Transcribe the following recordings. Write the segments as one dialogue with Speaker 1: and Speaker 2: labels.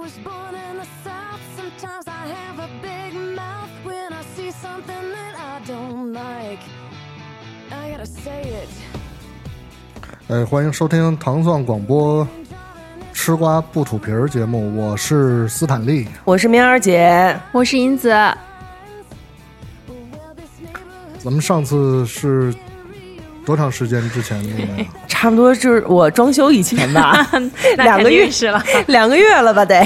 Speaker 1: was born in the South. Sometimes I have a big mouth when I see something that I don't like. I gotta say it.
Speaker 2: 呃，欢迎收听糖蒜广播吃瓜不吐皮儿节目，我是斯坦利。
Speaker 3: 我是喵儿姐，
Speaker 4: 我是银子，
Speaker 1: Well, this neighborhood
Speaker 2: 咱们上次是多长时间之前录 的呀？
Speaker 3: 差不多就是我装修以前吧，两个月
Speaker 4: 是 了。
Speaker 3: 两个月了吧得，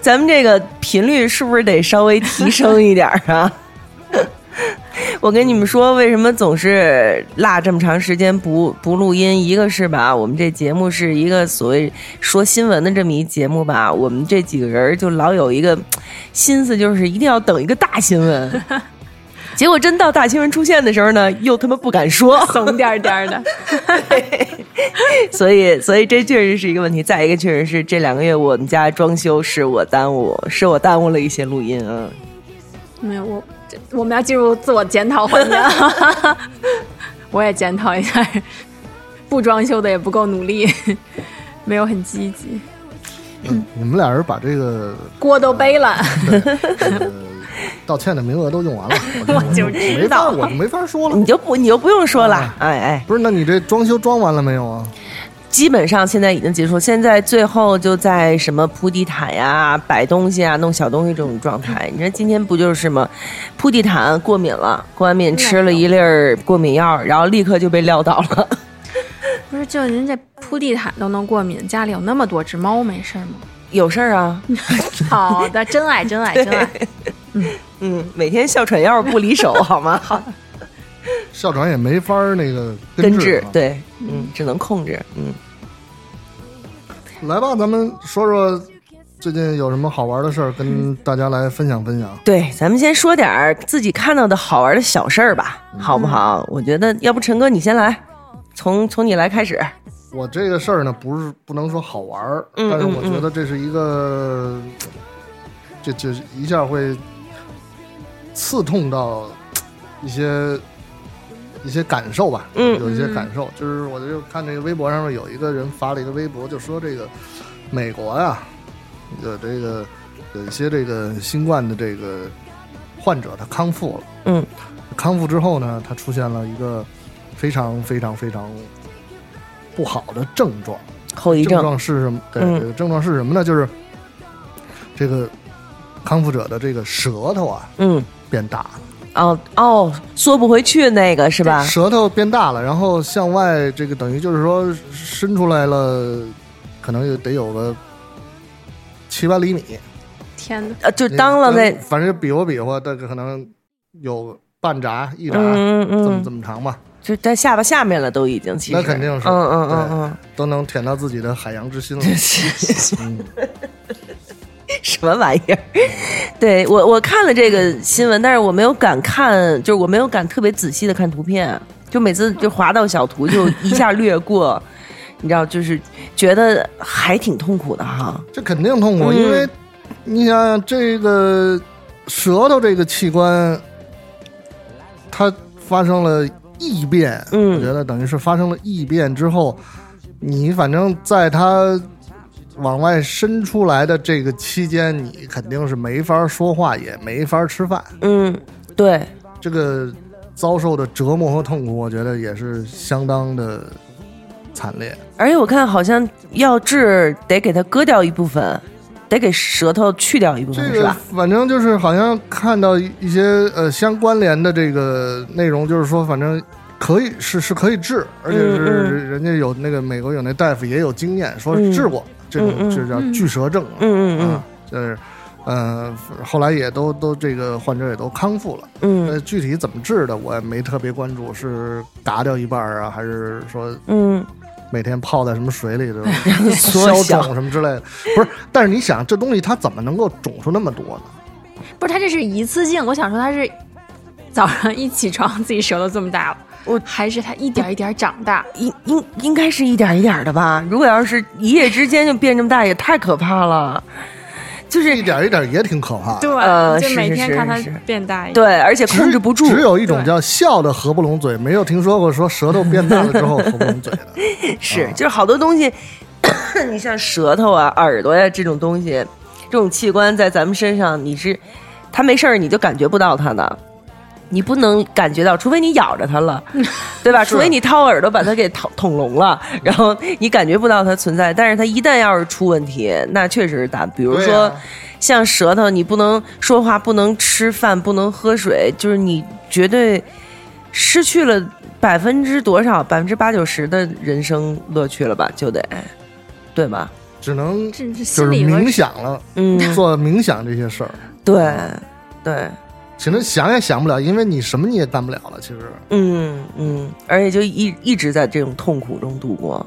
Speaker 3: 咱们这个频率是不是得稍微提升一点儿啊？ 我跟你们说，为什么总是落这么长时间不不录音？一个是吧，我们这节目是一个所谓说新闻的这么一节目吧，我们这几个人儿就老有一个心思，就是一定要等一个大新闻。结果真到大新闻出现的时候呢，又他妈不敢说，
Speaker 4: 怂颠儿颠儿的，
Speaker 3: 所以，所以这确实是一个问题。再一个，确实是这两个月我们家装修是我耽误，是我耽误了一些录音啊。
Speaker 4: 没有我，这我们要进入自我检讨环节 了。我也检讨一下，不装修的也不够努力， 没有很积极，
Speaker 2: 你们俩人把这个
Speaker 4: 锅都背了。
Speaker 2: 道歉的名额都用 完了，我
Speaker 4: 我就
Speaker 2: 没
Speaker 4: 知
Speaker 2: 法，
Speaker 4: 道
Speaker 2: 我就没法说了
Speaker 3: 你。就不，你就不用说了，
Speaker 2: 啊
Speaker 3: 哎哎，
Speaker 2: 不是，那你这装修装完了没有啊？
Speaker 3: 基本上现在已经结束，现在最后就在什么铺地毯呀、摆东西啊、弄小东西这种状态。你说今天不就是吗？铺地毯过敏了，过完敏吃了一粒儿过敏药，然后立刻就被撂倒了。
Speaker 4: 不是，就人家铺地毯都能过敏，家里有那么多只猫，没事儿吗？
Speaker 3: 有事儿啊，
Speaker 4: 好的，真爱， 真爱，真爱。
Speaker 3: 嗯，每天哮喘药不离手，好吗？好，
Speaker 2: 哮喘也没法儿那个
Speaker 3: 根
Speaker 2: 治
Speaker 3: 治
Speaker 2: 啊。
Speaker 3: 对，嗯，只能控制，嗯。
Speaker 2: 来吧，咱们说说最近有什么好玩的事儿，跟大家来分享分享。
Speaker 3: 对，咱们先说点儿自己看到的好玩的小事儿吧，好不好？我觉得，要不陈哥你先来，从从你来开始。
Speaker 2: 我这个事儿呢，不是不能说好玩儿，
Speaker 3: 嗯
Speaker 2: 但是我
Speaker 3: 嗯
Speaker 2: 觉得这是一个，这这一下会刺痛到一些一些感受吧，
Speaker 3: 嗯
Speaker 2: 有一些感受。就是我就看这个微博上面有一个人发了一个微博，就说这个美国呀、有这个有一些这个新冠的这个患者他康复了，
Speaker 3: 嗯，
Speaker 2: 康复之后呢，他出现了一个非常非常非常不好的症状。
Speaker 3: 后遗
Speaker 2: 症
Speaker 3: 症，
Speaker 2: 状是什么？对，
Speaker 3: 嗯
Speaker 2: 这个症状是什么呢？就是这个康复者的这个舌头啊
Speaker 3: 嗯，
Speaker 2: 变大了，
Speaker 3: 哦哦，缩不回去那个是吧？
Speaker 2: 舌头变大了，然后向外这个等于就是说伸出来了，可能也得有个七八厘米。
Speaker 4: 天哪，
Speaker 3: 呃，就当了那，
Speaker 2: 反正比划比划，大概可能有半闸一闸。
Speaker 3: 嗯嗯
Speaker 2: 这么
Speaker 3: 嗯
Speaker 2: 这，么长吧，
Speaker 3: 就在下巴下面了，都已经，其实
Speaker 2: 那肯定是
Speaker 3: 嗯嗯嗯
Speaker 2: 都能舔到自己的海洋之心了。嗯，
Speaker 3: 嗯，什么玩意儿？对我我看了这个新闻，但是我没有敢看，就是我没有敢特别仔细的看图片，就每次就滑到小图就一下略过， 你知道，就是觉得还挺痛苦的哈。
Speaker 2: 这肯定痛苦，
Speaker 3: 嗯
Speaker 2: 因为你想想这个舌头这个器官，它发生了异变，
Speaker 3: 嗯
Speaker 2: 我觉得等于是发生了异变之后，你反正在它往外伸出来的这个期间，你肯定是没法说话，也没法吃饭，
Speaker 3: 嗯，对，
Speaker 2: 这个遭受的折磨和痛苦，我觉得也是相当的惨烈。
Speaker 3: 而且我看好像要治得给它割掉一部分，得给舌头去掉一部分，
Speaker 2: 这
Speaker 3: 嗯是
Speaker 2: 个
Speaker 3: 吧？
Speaker 2: 反正就是好像看到一一些呃相关联的这个内容，就是说反正可以是是可以治，而且
Speaker 3: 嗯
Speaker 2: 是人家有那个美国有那大夫也有经验，说
Speaker 3: 嗯
Speaker 2: 治过这种
Speaker 3: 嗯
Speaker 2: 这叫巨舌症啊，
Speaker 3: 嗯嗯
Speaker 2: 啊就是呃后来也都都这个患者也都康复了。
Speaker 3: 嗯
Speaker 2: 呃，具体怎么治的我也没特别关注，是嘎掉一半儿啊，还是说
Speaker 3: 嗯
Speaker 2: 每天泡在什么水里头
Speaker 3: 缩
Speaker 2: 消
Speaker 3: 小
Speaker 2: 肿什么之类的？不是，但是你想这东西它怎么能够肿出那么多呢？
Speaker 4: 不是他这是一次性，我想说他是早上一起床自己舌头这么大了，
Speaker 3: 我
Speaker 4: 还是他一点一点长大。
Speaker 3: 应应应该是一点一点的吧。如果要是一夜之间就变这么大，也太可怕了。就是
Speaker 2: 一点一点也挺可怕的。
Speaker 4: 对，
Speaker 3: 呃
Speaker 4: 就是每
Speaker 3: 是
Speaker 4: 天
Speaker 3: 是
Speaker 4: 看他
Speaker 3: 是
Speaker 4: 变大一点。
Speaker 3: 对，而且控制不住。
Speaker 2: 只有一种
Speaker 4: 对
Speaker 2: 叫笑的合不拢嘴， 没有听说过说舌头变大了之后合不拢嘴的。
Speaker 3: 是，就是好多东西， 你像舌头啊、耳朵呀、这种东西，这种器官在咱们身上，你是它没事儿你就感觉不到它的，你不能感觉到，除非你咬着它 了，对吧？除非你掏耳朵把它给捅捅聋了，然后你感觉不到它存在。但是它一旦要是出问题，那确实是大，比如
Speaker 2: 对
Speaker 3: 说、
Speaker 2: 啊
Speaker 3: 像舌头，你不能说话，不能吃饭，不能喝水，就是你绝对失去了百分之多少，百分之八九十的人生乐趣了吧？就得，对吧？
Speaker 2: 只能
Speaker 4: 这这
Speaker 2: 就是
Speaker 4: 心理和
Speaker 2: 冥想了，
Speaker 3: 嗯，
Speaker 2: 做冥想这些事儿，
Speaker 3: 对，对，
Speaker 2: 其实想也想不了，因为你什么你也干不了了。其实，
Speaker 3: 嗯嗯，而且就一一直在这种痛苦中度过。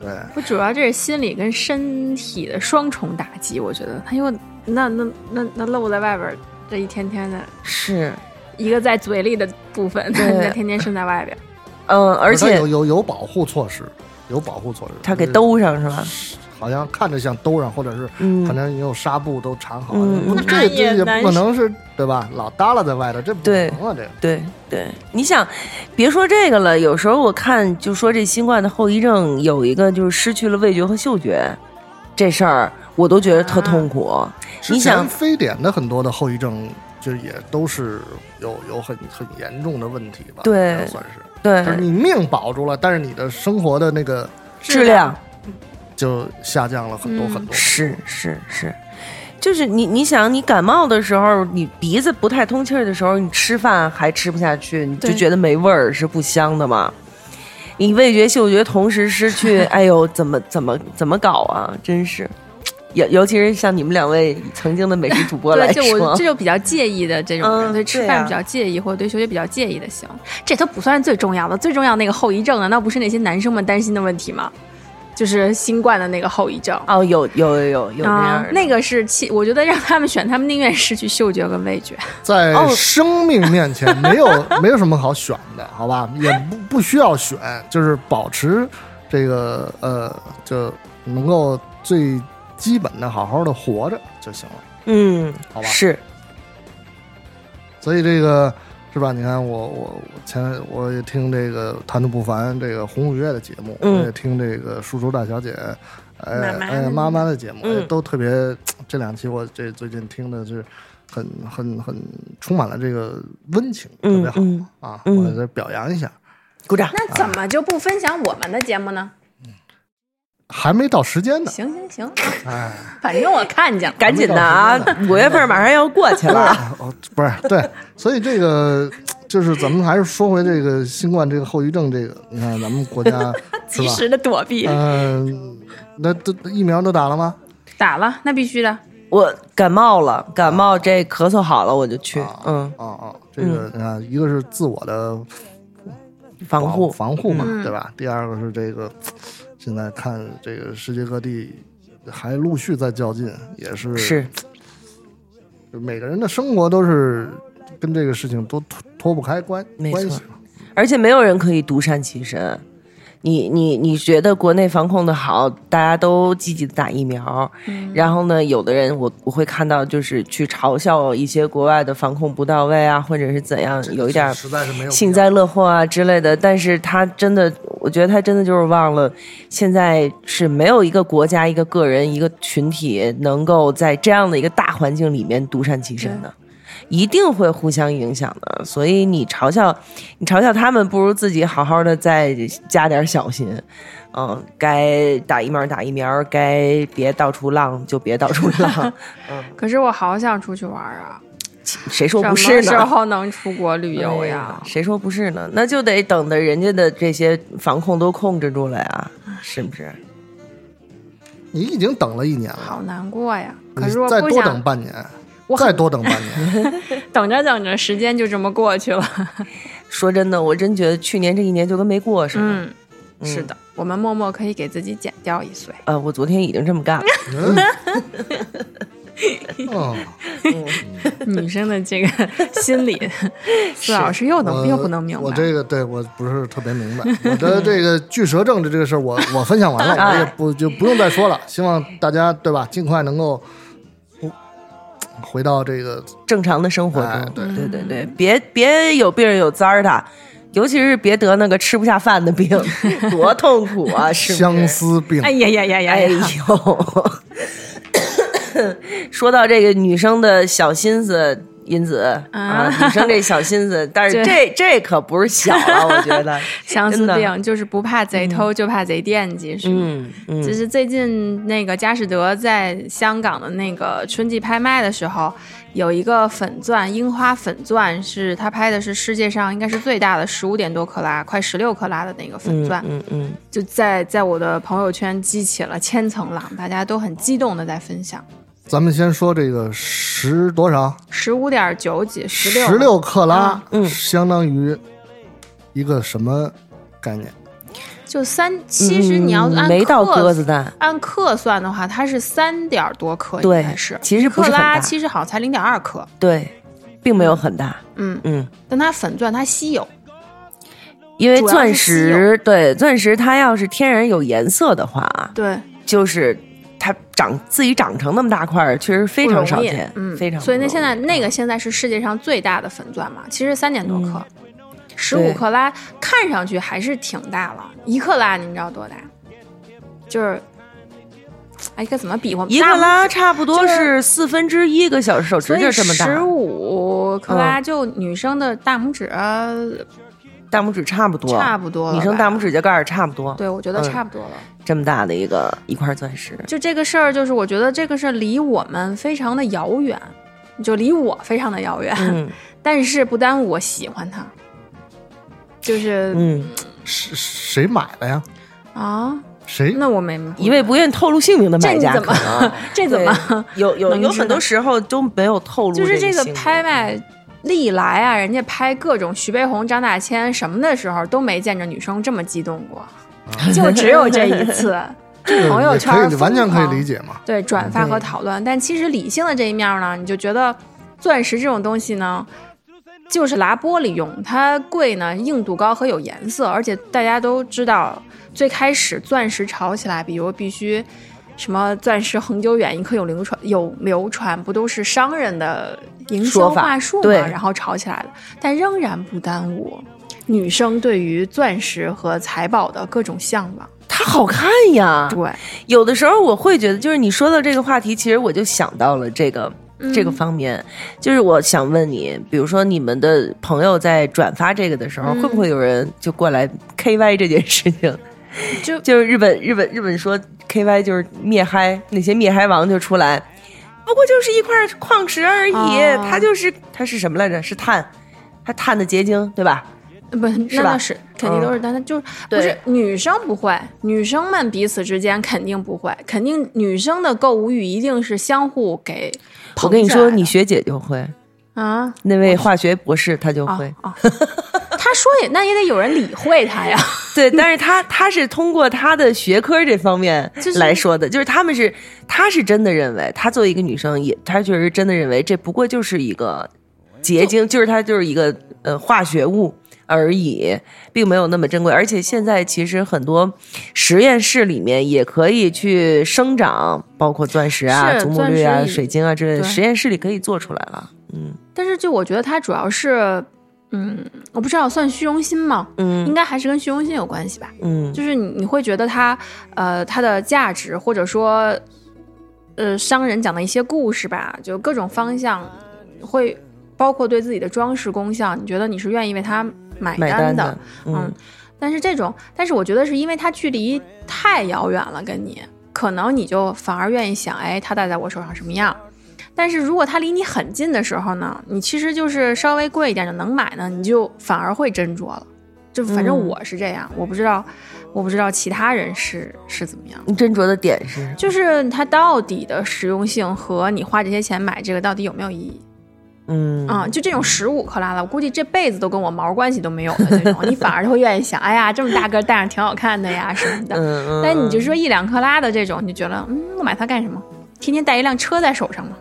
Speaker 2: 对，
Speaker 4: 不主要这是心理跟身体的双重打击，我觉得他因为那那那那露在外边儿这一天天的，
Speaker 3: 是，
Speaker 4: 一个在嘴里的部分，
Speaker 3: 对
Speaker 4: 那天天生在外边儿，
Speaker 3: 嗯，而
Speaker 2: 它
Speaker 3: 且
Speaker 2: 有有有保护措施，有保护措施，
Speaker 3: 他给
Speaker 2: 就是
Speaker 3: 兜上是吧？
Speaker 2: 好像看着像兜上，或者是
Speaker 3: 嗯
Speaker 2: 可能用纱布都缠好
Speaker 3: 嗯
Speaker 2: 了。
Speaker 3: 嗯
Speaker 2: 这
Speaker 4: 那
Speaker 2: 这
Speaker 4: 也
Speaker 2: 也
Speaker 4: 难
Speaker 2: 不能是对吧？老耷拉在外头，这不
Speaker 3: 对
Speaker 2: 能啊！这个
Speaker 3: 对对，你想，别说这个了，有时候我看就说这新冠的后遗症有一个就是失去了味觉和嗅觉，这事儿我都觉得特痛苦。
Speaker 2: 之
Speaker 3: 你
Speaker 2: 前
Speaker 3: 想，
Speaker 2: 非典的很多的后遗症，就也都是有有很很严重的问题吧？
Speaker 3: 对
Speaker 2: 这算是
Speaker 3: 对
Speaker 2: 就是你命保住了，但是你的生活的那个
Speaker 3: 质量
Speaker 2: 就下降了很多
Speaker 4: 嗯
Speaker 2: 很多。
Speaker 3: 是是是，就是你你想，你感冒的时候，你鼻子不太通气儿的时候，你吃饭还吃不下去，你就
Speaker 4: 对
Speaker 3: 觉得没味儿是不香的嘛。你味觉、嗅觉同时失 去，哎呦，怎么怎么怎么搞啊？真是，尤尤其是像你们两位曾经的美食主播来
Speaker 4: 对，就
Speaker 3: 说，
Speaker 4: 我这就比较介意的这种
Speaker 3: 嗯
Speaker 4: 人，对吃
Speaker 3: 对啊
Speaker 4: 饭比较介意，或者对学习比较介意的行，这都不算最重要的，最重要那个后遗症啊，那不是那些男生们担心的问题吗？就是新冠的那个后遗症。
Speaker 3: 哦，有有有有有那样
Speaker 4: 啊
Speaker 3: 的、，
Speaker 4: 那个是气，我觉得让他们选，他们宁愿失去嗅觉跟味觉。
Speaker 2: 在
Speaker 3: 哦
Speaker 2: 生命面前，没 有没有什么好选的，好吧？也不不需要选，就是保持这个呃，就能够最基本的好好的活着就行了。
Speaker 3: 嗯，
Speaker 2: 好吧
Speaker 3: 是，
Speaker 2: 所以这个是吧？你看我我我前我也听这个《谈吐不凡》这个红五月的节目，
Speaker 3: 嗯
Speaker 2: 我也听这个叔叔大小姐，哎
Speaker 3: 妈妈
Speaker 2: 哎
Speaker 3: 的
Speaker 2: 妈妈的节目，
Speaker 3: 嗯
Speaker 2: 哎都特别。这两期我这最近听的是很很很充满了这个温情，特
Speaker 3: 嗯
Speaker 2: 别好、
Speaker 3: 嗯，
Speaker 2: 啊！
Speaker 3: 嗯
Speaker 2: 我再表扬一下，
Speaker 3: 鼓掌。
Speaker 4: 那怎么就不分享我们的节目呢？
Speaker 2: 还没到时间呢，
Speaker 4: 行行行，
Speaker 2: 哎，
Speaker 4: 反正我看见了。
Speaker 3: 赶紧的啊
Speaker 2: 还没到时！
Speaker 3: 五月份马上要过去 了，
Speaker 2: 哦，不是对，所以这个就是咱们还是说回这个新冠这个后遗症，这个你看咱们国 家是
Speaker 4: 及
Speaker 2: 吧？
Speaker 4: 时的躲避，
Speaker 2: 嗯，那都疫苗都打了吗？
Speaker 4: 打了那必须的。
Speaker 3: 我感冒了，感冒这咳嗽好了我就去，
Speaker 2: 啊
Speaker 3: 嗯，
Speaker 2: 啊啊！这个啊，一个是自我的
Speaker 3: 防护，
Speaker 2: 防护嘛，
Speaker 4: 嗯
Speaker 2: 对吧？第二个是这个，现在看这个世界各地还陆续在较劲，也是
Speaker 3: 是
Speaker 2: 每个人的生活都是跟这个事情都脱脱不开关
Speaker 3: 没错
Speaker 2: 关系。
Speaker 3: 而且没有人可以独善其身。你你你觉得国内防控的好，大家都积极的打疫苗，然后呢，有的人我我会看到就是去嘲笑一些国外的防控不到位啊，或者是怎样，有一点儿
Speaker 2: 实在是没有必
Speaker 3: 幸
Speaker 2: 要
Speaker 3: 灾乐祸啊之类的，但是他真的，我觉得他真的就是忘了，现在是没有一个国家、一个个人、一个群体能够在这样的一个大环境里面独善其身的，一定会互相影响的。所以你嘲笑，你嘲笑他们，不如自己好好的再加点小心。嗯，该打疫苗打疫苗，该别到处浪就别到处浪。
Speaker 4: 可是我好想出去玩啊！
Speaker 3: 谁说
Speaker 4: 什
Speaker 3: 不
Speaker 4: 么
Speaker 3: 是呢？
Speaker 4: 时候能出国旅游
Speaker 3: 哎
Speaker 4: 呀？
Speaker 3: 谁说不是呢？那就得等着人家的这些防控都控制住了呀，是不是？
Speaker 2: 你已经等了一年了，
Speaker 4: 好难过呀！可
Speaker 2: 你
Speaker 4: 是我
Speaker 2: 再
Speaker 4: 不
Speaker 2: 多等
Speaker 4: 想
Speaker 2: 半年，
Speaker 4: 我
Speaker 2: 再多等半 年，
Speaker 4: 等着等着，时间就这么过去了。
Speaker 3: 说真的，我真觉得去年这一年就跟没过似的。
Speaker 4: 嗯，是的，我们默默可以给自己减掉一岁。
Speaker 3: 呃，我昨天已经这么干了。
Speaker 2: 嗯。嗯
Speaker 4: 女生的这个心理， 四老师又
Speaker 2: 我
Speaker 4: 能又不能明
Speaker 2: 我
Speaker 4: 白。
Speaker 2: 这个对我不是特别明白，我的这个巨蛇症的这个事儿， 我我分享完了，
Speaker 4: 啊
Speaker 2: 我也不就不用再说了。希望大家对吧，尽快能够回到这个
Speaker 3: 正常的生活中，
Speaker 2: 哎对
Speaker 3: 对对对别别有病有灾儿的，尤其是别得那个吃不下饭 的病，多痛苦啊！是不是
Speaker 2: 相思病
Speaker 4: 哎，呀呀呀呀
Speaker 3: 哎
Speaker 4: 呀！
Speaker 3: 呦，说到这个女生的小心思，银子啊，女生这小心 思，但是这这可不是小了，我觉得，
Speaker 4: 相思
Speaker 3: 真的
Speaker 4: 病就是不怕贼偷，就怕贼惦记，是吗？
Speaker 3: 嗯嗯
Speaker 4: 就是最近那个佳士得在香港的那个春季拍卖的时候，有一个粉钻樱花粉钻，是他拍的是世界上应该是最大的十五点多克拉，快十六克拉的那个粉钻，
Speaker 3: 嗯嗯，
Speaker 4: 就在在我的朋友圈激起了千层浪，大家都很激动的在分享。
Speaker 2: 咱们先说这个十多少？
Speaker 4: 十五点九几，十六，
Speaker 2: 十六克拉
Speaker 4: 啊，
Speaker 3: 嗯
Speaker 2: 相当于一个什么概念？
Speaker 4: 就三。其实你要按
Speaker 3: 嗯没到
Speaker 4: 克
Speaker 3: 鸽子蛋，
Speaker 4: 按克算的话，它是三点多克，应
Speaker 3: 对
Speaker 4: 该是。
Speaker 3: 其实不
Speaker 4: 克
Speaker 3: 是很
Speaker 4: 拉
Speaker 3: 大
Speaker 4: 其实好像才零点二克，
Speaker 3: 对，并没有很大，
Speaker 4: 嗯，
Speaker 3: 嗯。
Speaker 4: 但它粉钻它稀有，
Speaker 3: 因为
Speaker 4: 主要是
Speaker 3: 钻
Speaker 4: 稀有
Speaker 3: 石，对钻石，它要是天然有颜色的话啊，
Speaker 4: 对，
Speaker 3: 就是它长自己长成那么大块儿，确实非
Speaker 4: 不容
Speaker 3: 常
Speaker 4: 易
Speaker 3: 少见，
Speaker 4: 嗯，
Speaker 3: 非常不
Speaker 4: 所以那
Speaker 3: 容易嗯
Speaker 4: 现在那个现在是世界上最大的粉钻嘛，其实三点多克，十
Speaker 3: 对
Speaker 4: 五克拉，看上去还是挺大了，一克拉你知道多大？就是，哎，该怎么比划？
Speaker 3: 一克拉差不多
Speaker 4: 就是
Speaker 3: 四分之一个小手指
Speaker 4: 所
Speaker 3: 就
Speaker 4: 以
Speaker 3: 这么
Speaker 4: 十
Speaker 3: 大，嗯
Speaker 4: 五克拉就女生的大拇指呃
Speaker 3: 大拇指差不多，
Speaker 4: 差不多了吧，
Speaker 3: 女生大拇指甲盖儿差不多，
Speaker 4: 对，我觉得
Speaker 3: 嗯
Speaker 4: 差不多了。
Speaker 3: 这么大的一个一块钻 石，
Speaker 4: 就这个事儿，就是我觉得这个事儿离我们非常的遥远，就离我非常的遥远，
Speaker 3: 嗯
Speaker 4: 但是不耽误我喜欢它。就是、
Speaker 3: 嗯，
Speaker 2: 谁谁买的呀？
Speaker 4: 啊，
Speaker 2: 谁？
Speaker 4: 那我没
Speaker 3: 一位不愿透露姓名的买
Speaker 4: 这
Speaker 3: 家
Speaker 4: 怎
Speaker 3: 可能，
Speaker 4: 么 这怎么
Speaker 3: 对有有
Speaker 4: 能
Speaker 3: 有
Speaker 4: 知
Speaker 3: 很
Speaker 4: 道
Speaker 3: 多时候都没有透露，
Speaker 4: 就是
Speaker 3: 这
Speaker 4: 这
Speaker 3: 姓
Speaker 4: 个
Speaker 3: 名
Speaker 4: 拍卖。历来啊，人家拍各种徐悲鸿、张大千什么的时候，都没见着女生这么激动过，就只有这一次。
Speaker 2: 这
Speaker 4: 朋友
Speaker 2: 个也
Speaker 4: 圈
Speaker 2: 可以
Speaker 4: 疯
Speaker 2: 完全可以
Speaker 4: 狂
Speaker 2: 理解嘛。
Speaker 4: 对转发
Speaker 3: 对
Speaker 4: 和讨论。但其实理性的这一面呢，你就觉得钻石这种东西呢，就是拿玻璃用，它贵呢，硬度高和有颜色，而且大家都知道，最开始钻石炒起来，比如必须。什么钻石恒久远，一刻有流传，有流传，不都是商人的营销
Speaker 3: 说法
Speaker 4: 话术嘛？
Speaker 3: 对
Speaker 4: 然后炒起来的，但仍然不耽误女生对于钻石和财宝的各种向往。
Speaker 3: 它好看呀，
Speaker 4: 对，
Speaker 3: 有的时候我会觉得，就是你说到这个话题，其实我就想到了这个、这个
Speaker 4: 嗯
Speaker 3: 方面，就是我想问你，比如说你们的朋友在转发这个的时候，
Speaker 4: 嗯
Speaker 3: 会不会有人就过来 K Y 这件事情？
Speaker 4: 就
Speaker 3: 就是日本日本日本说 K Y 就是灭嗨，那些灭嗨王就出来，不过就是一块矿石而已，
Speaker 4: 哦
Speaker 3: 它就是它是什么来着？是碳，它碳的结晶对吧？
Speaker 4: 呃不，
Speaker 3: 是
Speaker 4: 那
Speaker 3: 吧嗯
Speaker 4: 倒是肯定都是，但他就是不
Speaker 3: 对
Speaker 4: 是女生不会，女生们彼此之间肯定不会，肯定女生的购物欲一定是相互给
Speaker 3: 我
Speaker 4: 捧起来的。
Speaker 3: 跟你说，你学姐就会，
Speaker 4: 啊
Speaker 3: 那位化学博士她就
Speaker 4: 啊
Speaker 3: 会。
Speaker 4: 啊，他说也那也得有人理会他 呀，
Speaker 3: 对，但是他他是通过他的学科这方面
Speaker 4: 就是
Speaker 3: 来说的，就是他们是他是真的认为，他作为一个女生也，他确实真的认为这不过就是一个结晶，就是它就是一个呃化学物而已，并没有那么珍贵。而且现在其实很多实验室里面也可以去生长，包括钻石啊、
Speaker 4: 是
Speaker 3: 祖母
Speaker 4: 钻
Speaker 3: 绿
Speaker 4: 石
Speaker 3: 啊、
Speaker 4: 也
Speaker 3: 水晶啊之类的，
Speaker 4: 对
Speaker 3: 实验室里可以做出来了。嗯
Speaker 4: 但是就我觉得他主要是，嗯，我不知道算虚荣心吗？应
Speaker 3: 嗯
Speaker 4: 该还是跟虚荣心有关系吧。
Speaker 3: 嗯，
Speaker 4: 就是你你会觉得它，呃，它的价值或者说，呃，商人讲的一些故事吧，就各种方向，会包括对自己的装饰功效，你觉得你是愿意为它买
Speaker 3: 买
Speaker 4: 单
Speaker 3: 单
Speaker 4: 的。
Speaker 3: 的，嗯
Speaker 4: 嗯，但是这种，但是我觉得是因为它距离太遥远了，跟你，可能你就反而愿意想，哎，它戴在我手上什么样？但是如果它离你很近的时候呢，你其实就是稍微贵一点就能买呢，你就反而会斟酌了。就反正
Speaker 3: 嗯
Speaker 4: 我是这样，我不知道，我不知道其他人是是怎么样。
Speaker 3: 你斟酌的点是
Speaker 4: 就是它到底的实用性和你花这些钱买这个到底有没有意义？
Speaker 3: 嗯
Speaker 4: 啊、就这种十五克拉的，我估计这辈子都跟我毛关系都没有的那种，你反而会愿意想， 哎呀，这么大个儿戴上挺好看的呀什么的。
Speaker 3: 嗯嗯，
Speaker 4: 但你就说一两克拉的这种，你就觉得，嗯，我买它干什么？天天戴一辆车在手上嘛，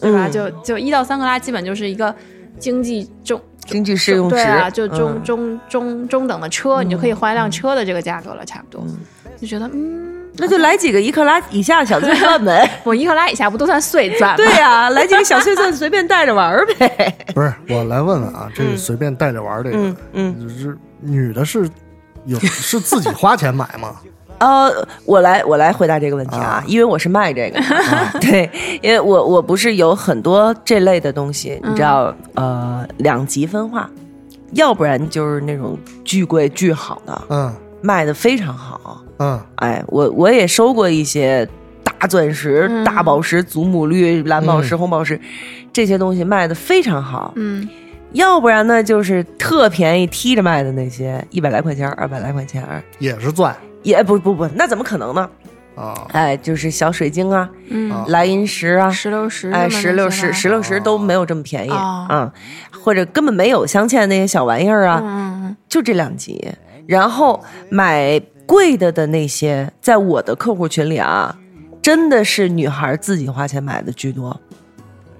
Speaker 4: 对吧？
Speaker 3: 嗯
Speaker 4: 就就一到三克拉，基本就是一个经济中
Speaker 3: 经济适用
Speaker 4: 对
Speaker 3: 值
Speaker 4: 啊，就中、
Speaker 3: 嗯嗯
Speaker 4: 中中中等的车，你就可以换一辆车的这个价格了，差不多。就觉得，嗯，
Speaker 3: 那就来几个一克拉以下小罪钻呗。
Speaker 4: 我一克拉以下不都算碎钻
Speaker 3: 对
Speaker 4: 吗？
Speaker 3: 呀、来几个小碎钻，随便带着玩儿呗。
Speaker 2: 不是，我来问问啊，这个随便带着玩儿这个，
Speaker 3: 嗯嗯
Speaker 2: 就是女的是有是自己花钱买吗？
Speaker 3: 呃，我来我来回答这个问题啊，因为我是卖这个的，啊对，因为我我不是有很多这类的东西，你知道，呃，两极分化，要不然就是那种巨贵巨好的，
Speaker 2: 嗯
Speaker 3: 卖的非常好，
Speaker 2: 嗯
Speaker 3: 哎，我我也收过一些大钻石、
Speaker 4: 嗯
Speaker 3: 大宝石、祖母绿、蓝宝石、
Speaker 2: 嗯
Speaker 3: 红宝石，这些东西卖的非常好，
Speaker 4: 嗯
Speaker 3: 要不然呢就是特便宜踢着卖的那些，一百来块钱、二百来块钱儿，
Speaker 2: 也是钻
Speaker 3: 也不不不，那怎么可能呢？
Speaker 2: 啊
Speaker 3: 哎，就是小水晶啊，
Speaker 4: 嗯，
Speaker 2: 啊
Speaker 3: 蓝银石啊，
Speaker 4: 石榴石
Speaker 3: 哎，
Speaker 4: 什么
Speaker 3: 石
Speaker 4: 那
Speaker 3: 榴
Speaker 4: 些
Speaker 3: 石、
Speaker 4: 吧
Speaker 3: 石榴石都没有这么便宜
Speaker 4: 哦
Speaker 3: 啊、嗯，或者根本没有镶嵌的那些小玩意儿啊，
Speaker 4: 嗯嗯
Speaker 3: 就这两级。然后买贵的的那些，在我的客户群里啊，真的是女孩自己花钱买的居多。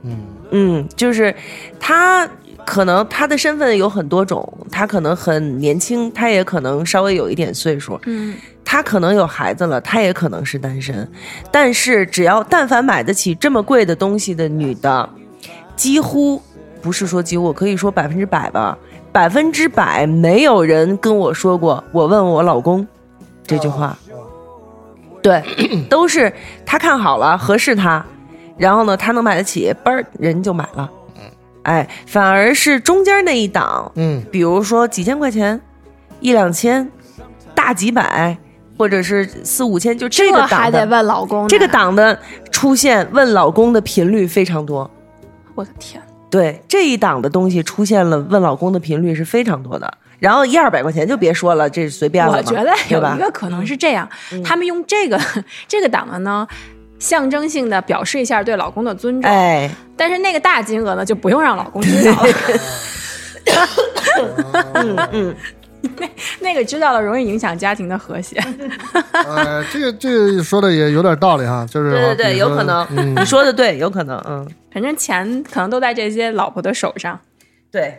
Speaker 2: 嗯
Speaker 3: 嗯，就是她可能她的身份有很多种，她可能很年轻，她也可能稍微有一点岁数，
Speaker 4: 嗯
Speaker 3: 她可能有孩子了，她也可能是单身。但是只要但凡买得起这么贵的东西的女的，几乎不是说几乎，我可以说百分之百吧，百分之百没有人跟我说过我问我老公这句话。对，都是他看好了合适他，然后呢他能买得起，嘣儿人就买了。哎，反而是中间那一档，
Speaker 2: 嗯
Speaker 3: 比如说几千块钱、一两千、大几百，或者是四五千，就这
Speaker 4: 这
Speaker 3: 个档
Speaker 4: 还得
Speaker 3: 的
Speaker 4: 问老公呢，
Speaker 3: 这个档的出现问老公的频率非常多。
Speaker 4: 我的天，
Speaker 3: 对这一档的东西出现了问老公的频率是非常多的。然后一二百块钱就别说了，这随便了嘛，
Speaker 4: 我觉得
Speaker 3: 对
Speaker 4: 有
Speaker 3: 吧嗯
Speaker 4: 一？个可能是这样，他们用这个 这个档的呢，象征性的表示一下对老公的尊重，
Speaker 3: 哎，
Speaker 4: 但是那个大金额呢，就不用让老公知道了，
Speaker 3: 嗯，
Speaker 4: 那个知道了容易影响家庭的和谐。
Speaker 2: 呃，这个这个说的也有点道理哈，就是
Speaker 3: 对对对，
Speaker 2: 比如
Speaker 3: 有
Speaker 2: 说
Speaker 3: 可能，
Speaker 2: 嗯
Speaker 3: 你说的对，有可能，嗯，
Speaker 4: 反正钱可能都在这些老婆的手上。
Speaker 3: 对。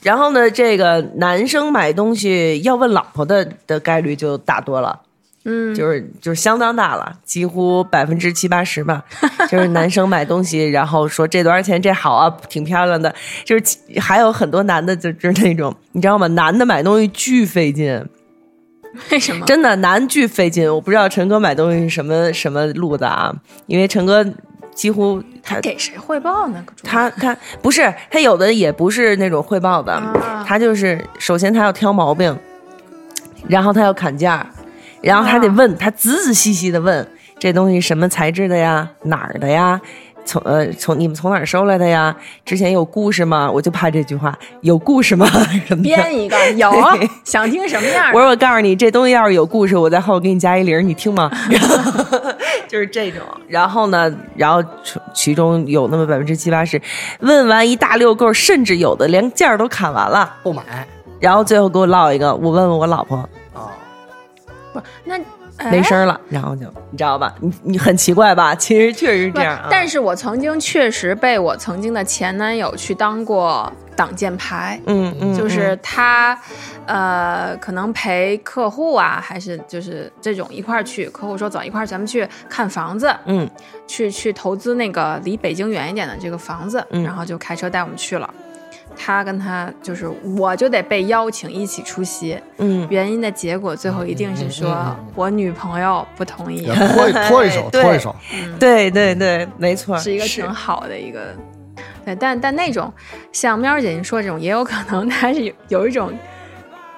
Speaker 3: 然后呢，这个男生买东西要问老婆的的概率就大多了。
Speaker 4: 嗯，
Speaker 3: 就是就是相当大了，几乎百分之七八十 吧。就是男生买东西，然后说这多少钱，这好啊，挺漂亮的。就是其还有很多男的，就就是那种你知道吗？男的买东西巨费劲，
Speaker 4: 嗯为什么？
Speaker 3: 真的男巨费劲。我不知道陈哥买东西是什么什么路子啊，因为陈哥几乎他
Speaker 4: 他给谁汇报 呢？可主要
Speaker 3: 他他不是他有的也不是那种汇报的，
Speaker 4: 啊
Speaker 3: 他就是首先他要挑毛病，然后他要砍价，然后还得
Speaker 4: 啊
Speaker 3: 问、他仔仔细细的问这东西什么材质的呀，哪儿的呀。从呃从你们从哪儿收来的呀？之前有故事吗？我就怕这句话有故事吗？ 什么的
Speaker 4: 编一个，有啊
Speaker 3: 对
Speaker 4: 想听什么
Speaker 3: 我
Speaker 4: 样的？
Speaker 3: 说我告诉你，这东西要是有故事，我在后头给你加一零，你听 吗？就是这种。然后呢，然后其其中有那么百分之七八十，问完一大溜够，甚至有的连件儿都砍完了，
Speaker 2: 不买
Speaker 3: 然后最后给我落一个，我问问我老婆
Speaker 2: 啊，
Speaker 4: 不，那
Speaker 3: 没。
Speaker 4: 哎
Speaker 3: 声儿了，然后就你知道吧？你你很奇怪吧？ 其实确实是
Speaker 4: 不
Speaker 3: 这样啊。
Speaker 4: 但是我曾经确实被我曾经的前男友去当过挡箭牌，
Speaker 3: 嗯嗯，
Speaker 4: 就是他，呃，可能陪客户啊，还是就是这种一块儿去。客户说走一块儿，咱们去看房子，
Speaker 3: 嗯
Speaker 4: 去去投资那个离北京远一点的这个房子，
Speaker 3: 嗯
Speaker 4: 然后就开车带我们去了。他跟他就是，我就得被邀请一起出席。
Speaker 3: 嗯，
Speaker 4: 原因的结果最后一定是说、我女朋友不同意
Speaker 2: 也，拖一拖一手，
Speaker 3: 对
Speaker 2: 拖一手，
Speaker 3: 对对对，没错，
Speaker 4: 是一个挺好的一个。对，但但那种像喵儿姐您说这种，也有可能他是有有一种。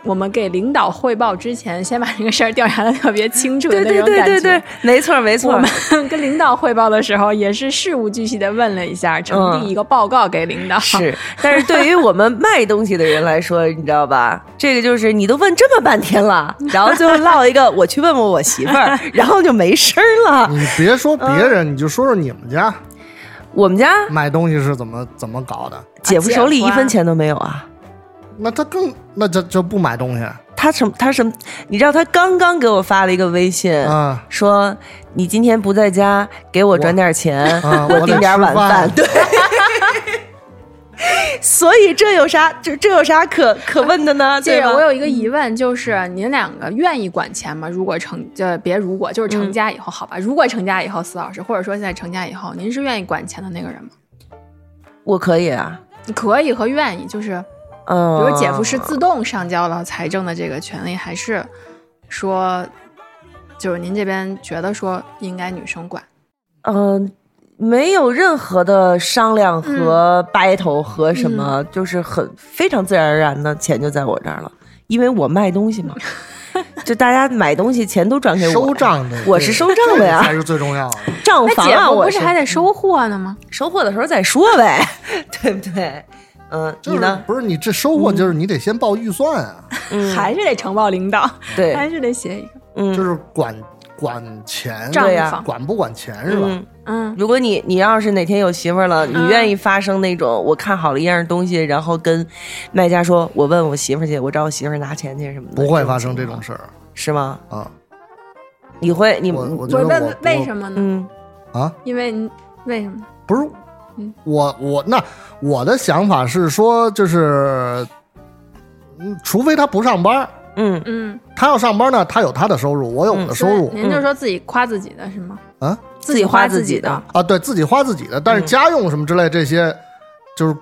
Speaker 4: 我们给领导汇报之前，先把这个事儿调查的特别清楚
Speaker 3: 对
Speaker 4: 的那
Speaker 3: 对
Speaker 4: 种
Speaker 3: 对
Speaker 4: 感觉。
Speaker 3: 对对，没错没错。
Speaker 4: 我们跟领导汇报的时候，也是事无巨细的问了一下，呈
Speaker 3: 嗯
Speaker 4: 递一个报告给领导。
Speaker 3: 是，啊 但是对于我们卖东西的人来说，你知道吧？这个就是你都问这么半天了，然后最后落一个我去问问我媳妇儿，然后就没声儿了。
Speaker 2: 你别说
Speaker 3: 嗯
Speaker 2: 别人，你就说说你们家
Speaker 3: 我们家
Speaker 2: 买东西是怎么怎么搞的，
Speaker 3: 姐夫手里
Speaker 4: 姐夫
Speaker 3: 一
Speaker 4: 啊
Speaker 3: 分钱都没有啊。
Speaker 2: 那他更那就就不买东西啊
Speaker 3: 他什么？他什么？你知道他刚刚给我发了一个微信，
Speaker 2: 啊。
Speaker 3: 说你今天不 在家，给我转点钱，
Speaker 2: 啊我
Speaker 3: 订点晚
Speaker 2: 得吃饭
Speaker 3: 对， 所以这有啥这这有啥可可问的呢？
Speaker 4: 这
Speaker 3: 对吧？嗯
Speaker 4: 我有一个疑问，就是你们两个愿意管钱吗？如果成呃别如果就是
Speaker 3: 嗯
Speaker 4: 成家以后，好吧？如果成家以后，司老师或者说现在成家以后，您是愿意管钱的那个人吗？
Speaker 3: 我可以啊，
Speaker 4: 你可以和愿意，就是比
Speaker 3: 嗯，
Speaker 4: 如姐夫是自动上交了财政的这个权利，还是说就是您这边觉得说应该女生管？
Speaker 3: 嗯、没有任何的商量和 battle 和什么，就是很非常自然而然的钱就在我这儿了，因为我卖东西嘛，就大家买东西钱都转给我，
Speaker 2: 收，账的，
Speaker 3: 我是收账的呀
Speaker 2: 这才是最重要的。
Speaker 3: 账
Speaker 4: 那
Speaker 3: 房
Speaker 4: 姐
Speaker 3: 啊，
Speaker 4: 夫
Speaker 3: 我
Speaker 4: 不是还得收货呢吗？
Speaker 3: 收货的时候再说呗， 对不对？嗯，
Speaker 2: 就
Speaker 3: 你
Speaker 2: 是
Speaker 3: 呢？
Speaker 2: 不是你这收获，就是你得先报预算啊，
Speaker 3: 嗯，
Speaker 4: 还是得呈报领导，
Speaker 3: 对，
Speaker 4: 还是得写一个
Speaker 3: 嗯，
Speaker 2: 就是管管钱，
Speaker 4: 账
Speaker 3: 对呀
Speaker 4: 房。
Speaker 2: 管不管钱是吧？
Speaker 3: 嗯
Speaker 4: 嗯，
Speaker 3: 如果你你要是哪天有媳妇儿了，你
Speaker 4: 嗯
Speaker 3: 愿意发生那种我看好了一样东西，然后跟卖家说，我问我媳妇儿去，我找我媳妇儿拿钱去什么的，
Speaker 2: 不会发生这
Speaker 3: 情
Speaker 2: 种
Speaker 3: 况
Speaker 2: 事儿
Speaker 3: 是吗？
Speaker 2: 啊！
Speaker 3: 你会你
Speaker 2: 我我觉
Speaker 4: 我
Speaker 2: 得
Speaker 4: 问
Speaker 2: 我
Speaker 4: 问为
Speaker 2: 我
Speaker 4: 什么呢？
Speaker 3: 嗯
Speaker 2: 啊，
Speaker 4: 因为你为什么？
Speaker 2: 不是
Speaker 4: 嗯，
Speaker 2: 我我那我的想法是说，就是，嗯，除非他不上班儿，
Speaker 3: 嗯
Speaker 4: 嗯，
Speaker 2: 他要上班呢，他有他的收入，我有我的收入
Speaker 4: 所以您就说自己夸自己的是吗？
Speaker 2: 啊
Speaker 4: 自
Speaker 3: 己花
Speaker 4: 自
Speaker 3: 自己的
Speaker 4: 的，
Speaker 2: 啊，对自己花自己的，但是
Speaker 3: 嗯
Speaker 2: 家用什么之类这些，就是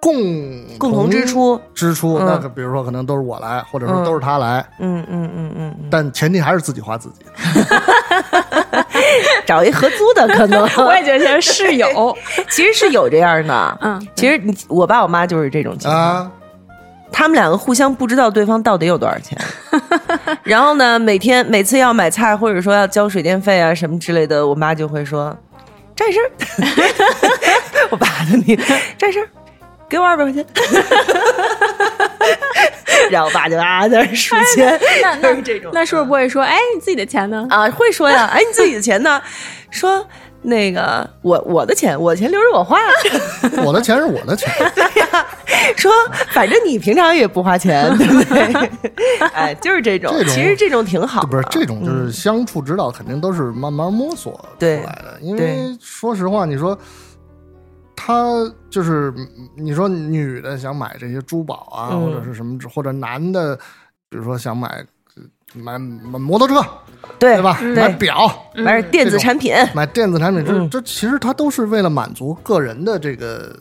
Speaker 2: 共
Speaker 3: 共同支出，
Speaker 2: 支出，
Speaker 3: 嗯
Speaker 2: 那个比如说可能都是我来，或者说
Speaker 3: 嗯
Speaker 2: 都是他来，
Speaker 3: 嗯嗯嗯嗯 嗯，
Speaker 2: 但前提还是自己花自己。
Speaker 3: 找一合租的可能，
Speaker 4: 我也觉得是有，
Speaker 3: 其实是有这样的。
Speaker 4: 嗯，
Speaker 3: 其实你我爸我妈就是这种情况，
Speaker 2: 啊，
Speaker 3: 他们两个互相不知道对方到底有多少钱，然后呢，每天每次要买菜或者说要交水电费啊什么之类的，我妈就会说：“张医生， 我爸的你，张医生，给我二百块钱。” 然后我爸就啊在那数钱，
Speaker 4: 那
Speaker 3: 就
Speaker 4: 那
Speaker 3: 是这种嗯
Speaker 4: 那是不是不会说，哎，你自己的钱呢？
Speaker 3: 啊会说呀，哎你自己的钱呢？说那个我我的钱，我的钱留着我花。
Speaker 2: 我的钱是我的 钱，
Speaker 3: 说，反正你平常也不花钱，对不对？哎，就是这种，
Speaker 2: 这种
Speaker 3: 其实这种挺好的，
Speaker 2: 不是这种，就是相处之道，肯定都是慢慢摸索出
Speaker 3: 嗯对
Speaker 2: 来的。因为
Speaker 3: 对
Speaker 2: 说实话，你说他就是嗯你说女的想买这些珠宝啊，
Speaker 3: 嗯
Speaker 2: 或者是什么，或者男的，比如说想买呃买买摩托车，
Speaker 3: 对
Speaker 2: 对吧？买
Speaker 3: 嗯对，
Speaker 2: 表，
Speaker 3: 买点电子产品，
Speaker 2: 买电子产品，这
Speaker 3: 嗯
Speaker 2: 这其实他都是为了满足个人的这个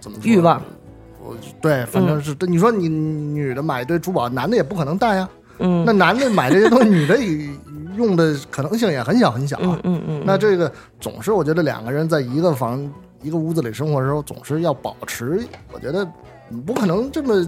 Speaker 2: 怎么说
Speaker 3: 欲望。嗯
Speaker 2: 我对，反正是、你说你女的买一堆珠宝，男的也不可能戴呀、
Speaker 3: 嗯
Speaker 2: 那男的买这些东西，女的也用的可能性也很小很小啊
Speaker 3: 嗯。嗯嗯，
Speaker 2: 那这个总是我觉得两个人在一个房一个屋子里生活的时候，总是要保持，我觉得你不可能这么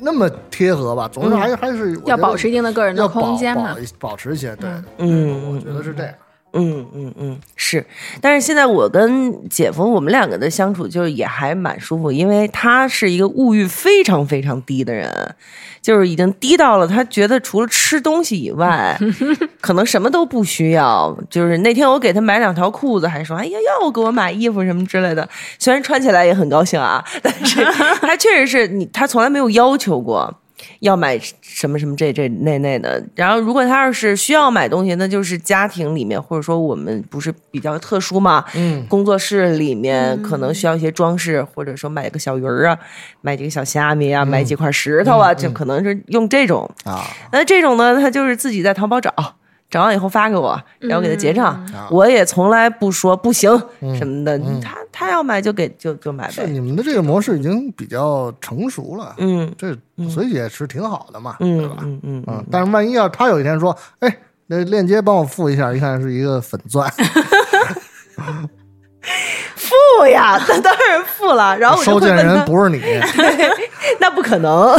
Speaker 2: 那么贴合吧，
Speaker 3: 嗯
Speaker 2: 总是还、还是我觉
Speaker 4: 要
Speaker 2: 得
Speaker 4: 保持一定的个人
Speaker 2: 要
Speaker 4: 的
Speaker 2: 保
Speaker 4: 空间嘛
Speaker 2: 保。一保持一些，对，
Speaker 3: 嗯
Speaker 2: 我觉得是这样。
Speaker 3: 嗯嗯嗯是。但是现在我跟姐夫我们两个的相处就也还蛮舒服，因为他是一个物欲非常非常低的人，就是已经低到了他觉得除了吃东西以 外，可能什么都不需要。就是那天我给他买两条裤子，还说哎呀要给我买衣服什么之类的，虽然穿起来也很高兴啊，但 是他确实是你他从来没有要求过。要买什么什么这这那那的。然后，如果他要是需要买东西，那就是家庭里面，或者说我们不是比较特殊嘛，
Speaker 2: 嗯，
Speaker 3: 工作室里面可能需要一些装饰，或者说买个小鱼儿啊，买几个小虾米啊，买几块石头啊，就可能是用这种。
Speaker 2: 啊，
Speaker 3: 那这种呢，他就是自己在淘宝找。找完以后发给我，然后给他结账。
Speaker 2: 啊
Speaker 3: 我也从来不说不行什么的，
Speaker 2: 嗯
Speaker 3: 他他要买就给就就买
Speaker 2: 是
Speaker 3: 呗。
Speaker 2: 你们的这个模式已经比较成熟了，
Speaker 3: 嗯
Speaker 2: 这所以也是挺好的嘛，对
Speaker 3: 嗯
Speaker 2: 吧？
Speaker 3: 嗯嗯
Speaker 2: 嗯，但是万一要是他有一天说，哎，那链接帮我附一下，一看是一个粉 钻，
Speaker 3: 付呀，那当然付了。然后我就
Speaker 2: 收
Speaker 3: 会
Speaker 2: 件
Speaker 3: 问
Speaker 2: 人
Speaker 3: 他，
Speaker 2: 不 是你，
Speaker 3: 那不可能，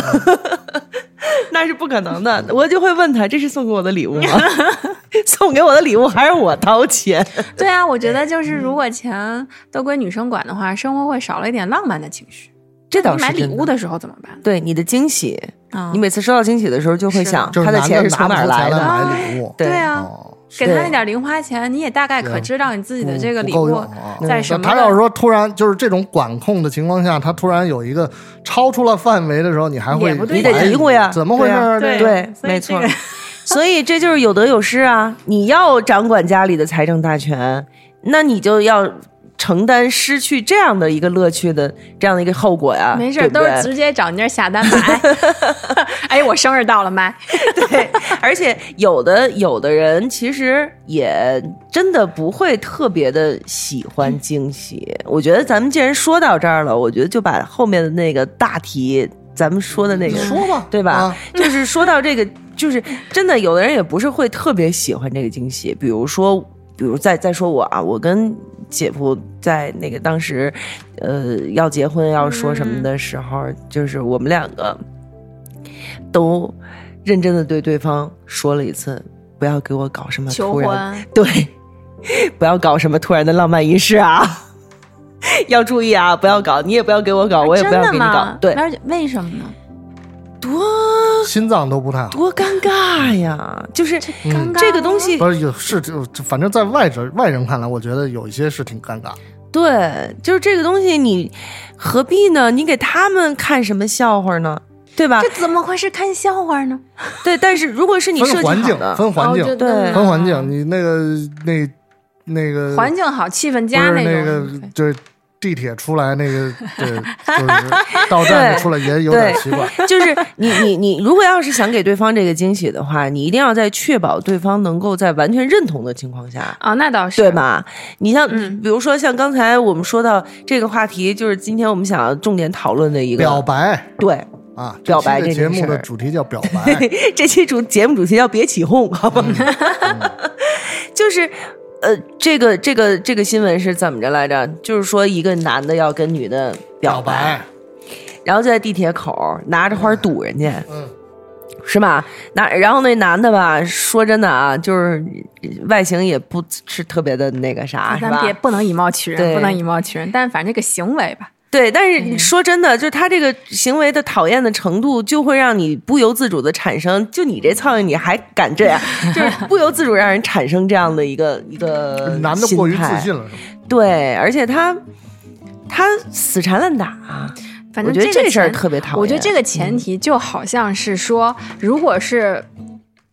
Speaker 3: 那是不可能的。我就会问他，这是送给我的礼物吗？ 送给我的礼物还是我掏钱？
Speaker 4: 对啊，我觉得就是如果钱都归女生管的话，生活会少了一点浪漫的情绪。
Speaker 3: 这
Speaker 4: 那
Speaker 3: 倒
Speaker 4: 你
Speaker 3: 是
Speaker 4: 买礼
Speaker 3: 真
Speaker 4: 物的时候怎么办？
Speaker 3: 对你的惊喜，
Speaker 4: 啊
Speaker 3: 你每次收到惊喜的时候，就会
Speaker 4: 是
Speaker 3: 想
Speaker 2: 就是
Speaker 3: 他的
Speaker 2: 男
Speaker 3: 钱
Speaker 2: 的
Speaker 3: 是从
Speaker 2: 拿
Speaker 3: 哪儿
Speaker 2: 不出钱
Speaker 3: 来的。
Speaker 2: 来买礼物，
Speaker 3: 对
Speaker 4: 对啊，
Speaker 2: 哦，
Speaker 4: 给他那点零花钱，你也大概可
Speaker 2: 对
Speaker 4: 知道你自己
Speaker 3: 嗯
Speaker 4: 的这个
Speaker 2: 不
Speaker 4: 礼
Speaker 2: 够
Speaker 4: 物
Speaker 2: 用啊
Speaker 4: 在什
Speaker 2: 那
Speaker 4: 么
Speaker 2: 他
Speaker 4: 的
Speaker 2: 要是说突然就是这种管控的情况下，他突然有一个超出了范围的时候，你还会
Speaker 4: 也不对啊
Speaker 3: 你得
Speaker 2: 怀疑
Speaker 3: 嘀咕呀，
Speaker 2: 怎么回事儿？
Speaker 4: 对啊
Speaker 2: 这个
Speaker 3: 对，
Speaker 4: 所以
Speaker 3: 没
Speaker 4: 这
Speaker 3: 错啊
Speaker 4: 个。
Speaker 3: 所以这就是有得有失啊！你要掌管家里的财政大权，那你就要承担失去这样的一个乐趣的这样的一个后果呀。
Speaker 4: 没事
Speaker 3: 对
Speaker 4: 儿，
Speaker 3: 不
Speaker 4: 都
Speaker 3: 对
Speaker 4: 是直接找你那儿下 单买。哎，我生日到了，买。
Speaker 3: 对，而且有的有的人其实也真的不会特别的喜欢惊喜。我觉得咱们既然说到这儿了，我觉得就把后面的那个大题，咱们说的那个，
Speaker 2: 说吧，
Speaker 3: 对吧？
Speaker 2: 啊
Speaker 3: 就是说到这个，就是真的，有的人也不是会特别喜欢这个惊喜，比如说。比如再再说我啊，我跟姐夫在那个当时，呃，要结婚要说
Speaker 4: 嗯
Speaker 3: 什么的时候，就是我们两个都认真的对对方说了一次，不要给我搞什么
Speaker 4: 求
Speaker 3: 突然，啊
Speaker 4: 婚
Speaker 3: 对，不要搞什么突然的浪漫仪式啊， 要注意啊，不要搞，你也不要给我搞，我也
Speaker 4: 哎真
Speaker 3: 不要
Speaker 4: 的
Speaker 3: 给你搞
Speaker 4: 吗？，
Speaker 3: 对，
Speaker 4: 而且为什么呢？
Speaker 3: 多
Speaker 2: 心脏都不太好。
Speaker 3: 多尴尬呀！就是
Speaker 4: 尴尬
Speaker 3: 嗯
Speaker 4: 啊
Speaker 3: 这个东西，
Speaker 2: 不是有是就反正在外人外人看来，我觉得有一些是挺尴尬。
Speaker 3: 对，就是这个东西，你何必呢？你给他们看什么笑话呢？对吧
Speaker 4: 这？怎么会是看笑话呢？
Speaker 3: 对，但是如果是你设
Speaker 2: 分
Speaker 3: 计
Speaker 2: 环
Speaker 3: 好
Speaker 2: 境，
Speaker 3: 的，
Speaker 2: 分环境，
Speaker 4: 哦就
Speaker 3: 对
Speaker 2: 分环境。你那个那那个
Speaker 4: 环境好，气氛
Speaker 2: 不
Speaker 4: 佳
Speaker 2: 是
Speaker 4: 种。
Speaker 2: 那个
Speaker 4: 对
Speaker 2: 就是地铁出来那 个对，就是到站
Speaker 3: 对
Speaker 2: 就出来也有点
Speaker 3: 对
Speaker 2: 奇怪。
Speaker 3: 就是你你你，如果要是想给对方这个惊喜的话，你一定要在确保对方能够在完全认同的情况下，
Speaker 4: 啊，那倒是
Speaker 3: 对？吧？你像、
Speaker 4: 嗯
Speaker 3: 比如说像刚才我们说到这个话题，就是今天我们想要重点讨论的一
Speaker 2: 表
Speaker 3: 个，
Speaker 2: 白
Speaker 3: 对，
Speaker 2: 啊，
Speaker 3: 表白
Speaker 2: 这期
Speaker 3: 这
Speaker 2: 的
Speaker 3: 件
Speaker 2: 节目
Speaker 3: 事
Speaker 2: 的
Speaker 3: 儿
Speaker 2: 主题叫表 白，
Speaker 3: 这期主节目主题叫“别起哄”，好 吧？就是。呃，这个这个这个新闻是怎么着来着？就是说一个男的要跟女的表
Speaker 2: 表白，
Speaker 3: 然后就在地铁口拿着花堵人家，
Speaker 2: 嗯，
Speaker 3: 是吧？那然后那男的吧，说真的啊，就是外形也不是特别的那个啥，是
Speaker 4: 啊咱
Speaker 3: 吧？
Speaker 4: 别不能以貌取人，
Speaker 3: 对
Speaker 4: 不能以貌取人，但反正这个行为吧，
Speaker 3: 对，但是
Speaker 2: 嗯
Speaker 3: 你说真的，就是他这个行为的讨厌的程度，就会让你不由自主的产生，就你这苍蝇，你还敢这样， 就是不由自主让人产生这样的一个一个
Speaker 2: 男的嗯过于
Speaker 3: 心态
Speaker 2: 自信了，是吗？
Speaker 3: 对，而且他他死缠烂打，
Speaker 4: 反
Speaker 3: 我
Speaker 4: 正
Speaker 3: 觉得
Speaker 4: 这个
Speaker 3: 这事儿
Speaker 4: 前
Speaker 3: 特别讨厌。
Speaker 4: 我觉得这个前提就好像是说，如果是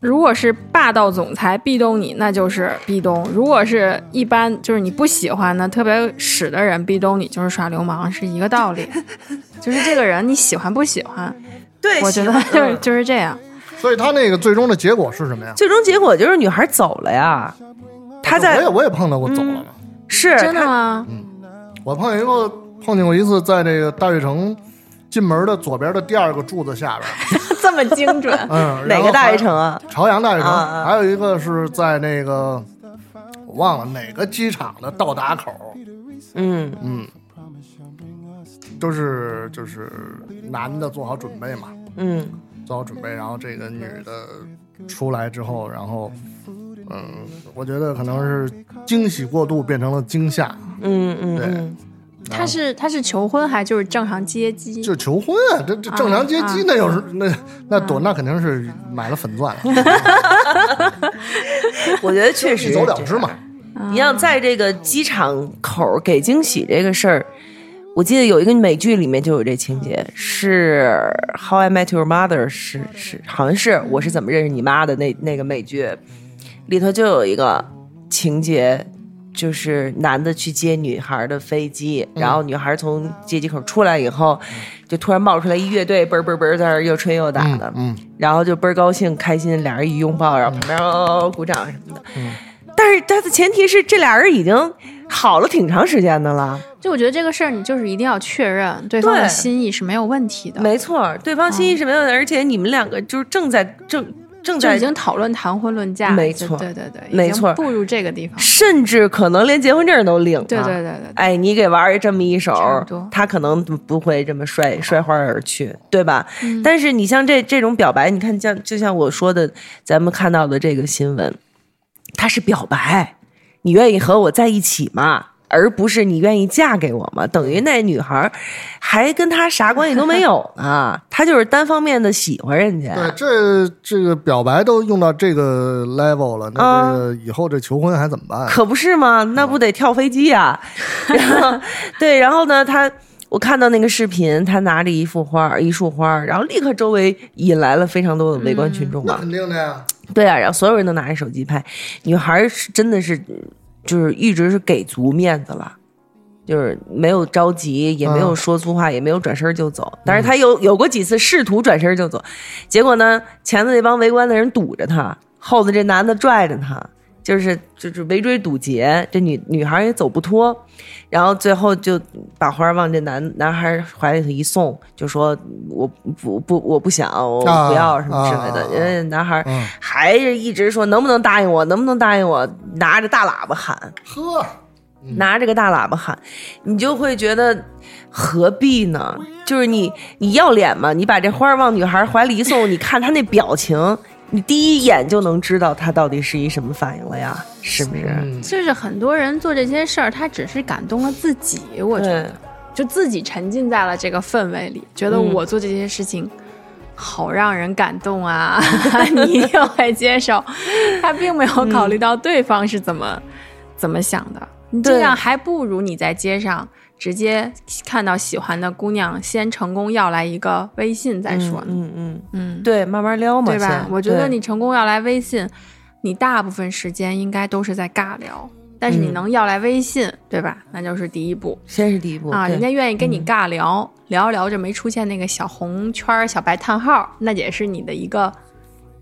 Speaker 4: 如果是霸道总裁壁咚你，那就是壁咚；如果是一般就是你不喜欢的、特别屎的人壁咚你，就是耍流氓，是一个道理。就是这个人你喜欢不喜 欢，
Speaker 3: 对，
Speaker 4: 我觉得
Speaker 3: 喜欢
Speaker 4: 就是
Speaker 3: 嗯
Speaker 4: 就是这样。
Speaker 2: 所以他那个最终的结果是什么呀？
Speaker 3: 最终结果就是女孩走了呀，他
Speaker 2: 哎
Speaker 3: 在
Speaker 2: 我也我也碰到过走了嘛，
Speaker 3: 是
Speaker 4: 真的
Speaker 3: 她
Speaker 4: 吗？
Speaker 2: 我碰见过碰见过一次，在这个大悦城进门的左边的第二个柱子下边，？
Speaker 4: 这么精准
Speaker 2: 嗯，
Speaker 3: 哪
Speaker 2: 然
Speaker 3: 个
Speaker 2: 后
Speaker 3: 大
Speaker 2: 还
Speaker 3: 悦城啊？
Speaker 2: 朝阳大悦城，
Speaker 3: 啊啊
Speaker 2: 还有一个是在那个我忘了哪个机场的到达口，
Speaker 3: 嗯，
Speaker 2: 嗯，都是就是男的做好准备嘛，
Speaker 3: 嗯，
Speaker 2: 做好准备，然后这个女的出来之后，然后嗯，我觉得可能是惊喜过度变成了惊吓，
Speaker 3: 嗯嗯
Speaker 2: 对
Speaker 3: 嗯，
Speaker 4: 他是他是求婚还就是正常接机？
Speaker 2: 就求婚啊，这这正常接
Speaker 4: 啊
Speaker 2: 机那有时那那朵那肯定是买了粉钻了，
Speaker 3: 我觉得确实
Speaker 2: 一走了之嘛。嗯
Speaker 3: 你像在这个机场口给惊喜这个事儿，我记得有一个美剧里面就有这情节，是《How I Met Your Mother》，是是好像是我是怎么认识你妈的那那个美剧里头就有一个情节。就是男的去接女孩的飞机，然后女孩从接机口出来以后，就突然冒出来一乐队，嘣儿嘣儿嘣儿在那儿又吹又打的，
Speaker 2: 嗯，
Speaker 3: 然后就倍儿高兴开心，俩人一拥抱，然后旁边哦哦哦鼓掌什么的。但是他的前提是这俩人已经好了挺长时间的了，
Speaker 4: 就我觉得这个事儿，你就是一定要确认对方
Speaker 3: 对
Speaker 4: 的心意是没有问题的。
Speaker 3: 没错，对方心意是没有的，而且你们两个就是正在正正
Speaker 4: 就
Speaker 3: 在
Speaker 4: 已经讨论谈婚论嫁，
Speaker 3: 没
Speaker 4: 就
Speaker 3: 错
Speaker 4: 对对对，已
Speaker 3: 没
Speaker 4: 经
Speaker 3: 错
Speaker 4: 步入这个地方，
Speaker 3: 甚至可能连结婚证都领了。
Speaker 4: 对对对对
Speaker 3: 哎，你给玩这么一手
Speaker 4: 差不多，
Speaker 3: 他可能不嗯会这么摔摔花而去，对吧？但是你像这这种表白，你看像就像我说的，咱们看到的这个新闻，他是表白，你愿意和我在一起吗？而不是你愿意嫁给我吗？等于那女孩儿还跟他啥关系都没有呢，他就是单方面的喜欢人家。
Speaker 2: 对，这这个表白都用到这个 level 了，那这个以后这求婚还怎么办？啊
Speaker 3: 可不是吗？那不得跳飞机呀、然后，对，然后呢，他我看到那个视频，他拿着一束花儿，一束花儿，然后立刻周围引来了非常多的围观群众
Speaker 2: 那
Speaker 3: 啊。
Speaker 2: 肯定的呀，
Speaker 3: 对啊，然后所有人都拿着手机拍，女孩儿是真的是就是一直是给足面子了。就是没有着急，也没
Speaker 2: 嗯
Speaker 3: 有说粗话，也没有转身就走。但是他有有过几次试图转身就走，结果呢，前头那帮围观的人堵着他，后头这男的拽着他，就是就是围追堵截，这女女孩也走不脱，然后最后就把花儿往这男男孩怀里头一送，就说我不不我不想，我
Speaker 2: 啊
Speaker 3: 不要什么之类
Speaker 2: 啊
Speaker 3: 的。人家男孩
Speaker 2: 嗯
Speaker 3: 还是一直说能不能答应我，能不能答应我，拿着大喇叭喊。
Speaker 2: 呵，
Speaker 3: 拿着个大喇叭喊，你就会觉得何必呢？就是你你要脸吗？你把这花儿往女孩怀里一送，你看她那表情，你第一眼就能知道她到底是一什么反应了呀？是不是？
Speaker 2: 嗯，
Speaker 4: 就是很多人做这些事儿，他只是感动了自己，我觉得
Speaker 3: 对，
Speaker 4: 就自己沉浸在了这个氛围里，觉得
Speaker 3: 嗯
Speaker 4: 我做这些事情。好让人感 动啊！你一定会接受，他并没有
Speaker 3: 嗯
Speaker 4: 考虑到对方是怎么、怎么想的。你这
Speaker 3: 对
Speaker 4: 样还不如你在街上直接看到喜欢的姑娘，先成功要来一个微信再说呢。
Speaker 3: 嗯嗯
Speaker 4: 嗯
Speaker 3: 嗯，对，慢慢撩嘛，
Speaker 4: 对吧
Speaker 3: 先？
Speaker 4: 我觉得
Speaker 3: 对
Speaker 4: 你成功要来微信，你大部分时间应该都是在尬聊，但是你
Speaker 3: 嗯
Speaker 4: 能要来微信，对吧？那就是第一步
Speaker 3: 先是第一步
Speaker 4: 啊，
Speaker 3: 对嗯
Speaker 4: 人家愿意跟你尬聊，聊着聊着没出现那个小红圈儿、小白叹号，那也是你的一个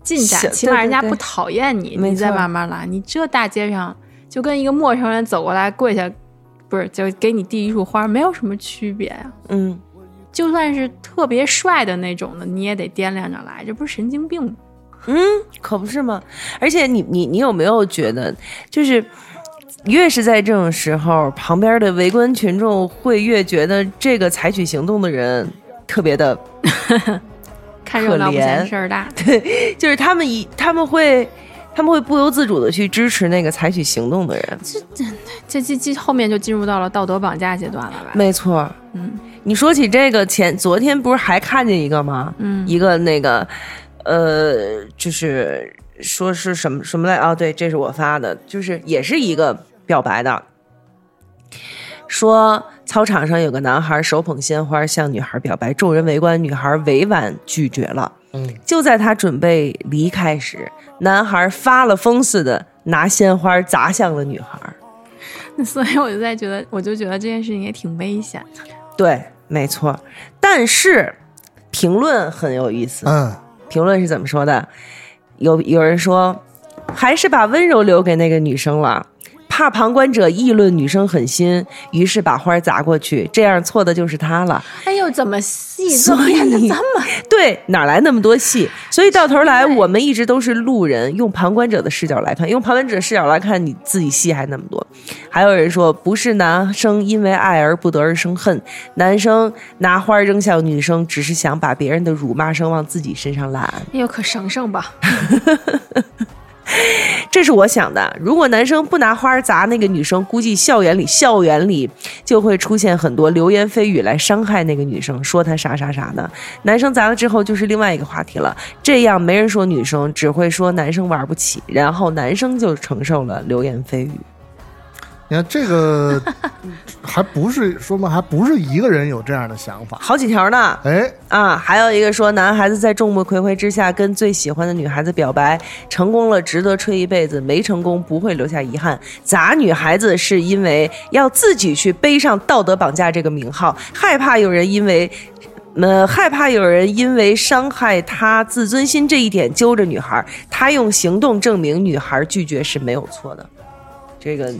Speaker 4: 进
Speaker 3: 小
Speaker 4: 展，起
Speaker 3: 对
Speaker 4: 码
Speaker 3: 对
Speaker 4: 人家
Speaker 3: 对
Speaker 4: 不讨厌你，
Speaker 3: 没
Speaker 4: 你再
Speaker 3: 错
Speaker 4: 慢慢来。你这大街上就跟一个陌生人走过来跪下，不是就给你递一束花，没有什么区别呀、
Speaker 3: 嗯，
Speaker 4: 就算是特别帅的那种的，你也得掂量着来，这不是神经病吗？
Speaker 3: 可不是吗？而且你你你有没有觉得，就是越是在这种时候，旁边的围观群众会越觉得这个采取行动的人特别的，
Speaker 4: 看热闹不
Speaker 3: 可
Speaker 4: 嫌
Speaker 3: 怜
Speaker 4: 事儿大。
Speaker 3: 就是他们一他们会他们会不由自主的去支持那个采取行动的人。
Speaker 4: 这这这后面就进入到了道德绑架阶段了吧？
Speaker 3: 没错，
Speaker 4: 嗯，
Speaker 3: 你说起这个前昨天不是还看见一个吗？
Speaker 4: 嗯
Speaker 3: 一个那个呃，就是说是什么什么来啊？对，这是我发的，就是也是一个表白的，说操场上有个男孩手捧鲜花向女孩表白，众人围观，女孩委婉拒绝了。
Speaker 2: 嗯，
Speaker 3: 就在他准备离开时，男孩发了疯似的拿鲜花砸向了女孩。
Speaker 4: 所以我就在觉得，我就觉得这件事情也挺危险。
Speaker 3: 对，没错。但是评论很有意思，
Speaker 2: 嗯，
Speaker 3: 评论是怎么说的？有有人说，还是把温柔留给那个女生了。怕旁观者议论女生狠心，于是把花砸过去，这样错的就是她了。
Speaker 4: 哎呦，怎么戏
Speaker 3: 所以
Speaker 4: 演的这么？
Speaker 3: 对，哪来那么多戏？所以到头来，我们一直都是路人，用旁观者的视角来看，用旁观者的视角来看，你自己戏还那么多。还有人说，不是男生因为爱而不得而生恨，男生拿花扔向女生，只是想把别人的辱骂声往自己身上揽。
Speaker 4: 哎呦，可省省吧！
Speaker 3: 这是我想的。如果男生不拿花砸那个女生，估计校园里校园里就会出现很多流言蜚语来伤害那个女生，说她啥啥啥的。男生砸了之后就是另外一个话题了，这样没人说女生，只会说男生玩不起，然后男生就承受了流言蜚语。
Speaker 2: 你看这个还不是说嘛，还不是一个人有这样的想法。
Speaker 3: 好几条呢
Speaker 2: 哎，
Speaker 3: 啊！还有一个说，男孩子在众目睽睽之下跟最喜欢的女孩子表白，成功了值得吹一辈子，没成功不会留下遗憾。砸女孩子是因为要自己去背上道德绑架这个名号，害怕有人因为。呃，害怕有人因为伤害他自尊心这一点揪着女孩，他用行动证明女孩拒绝是没有错的。这个嗯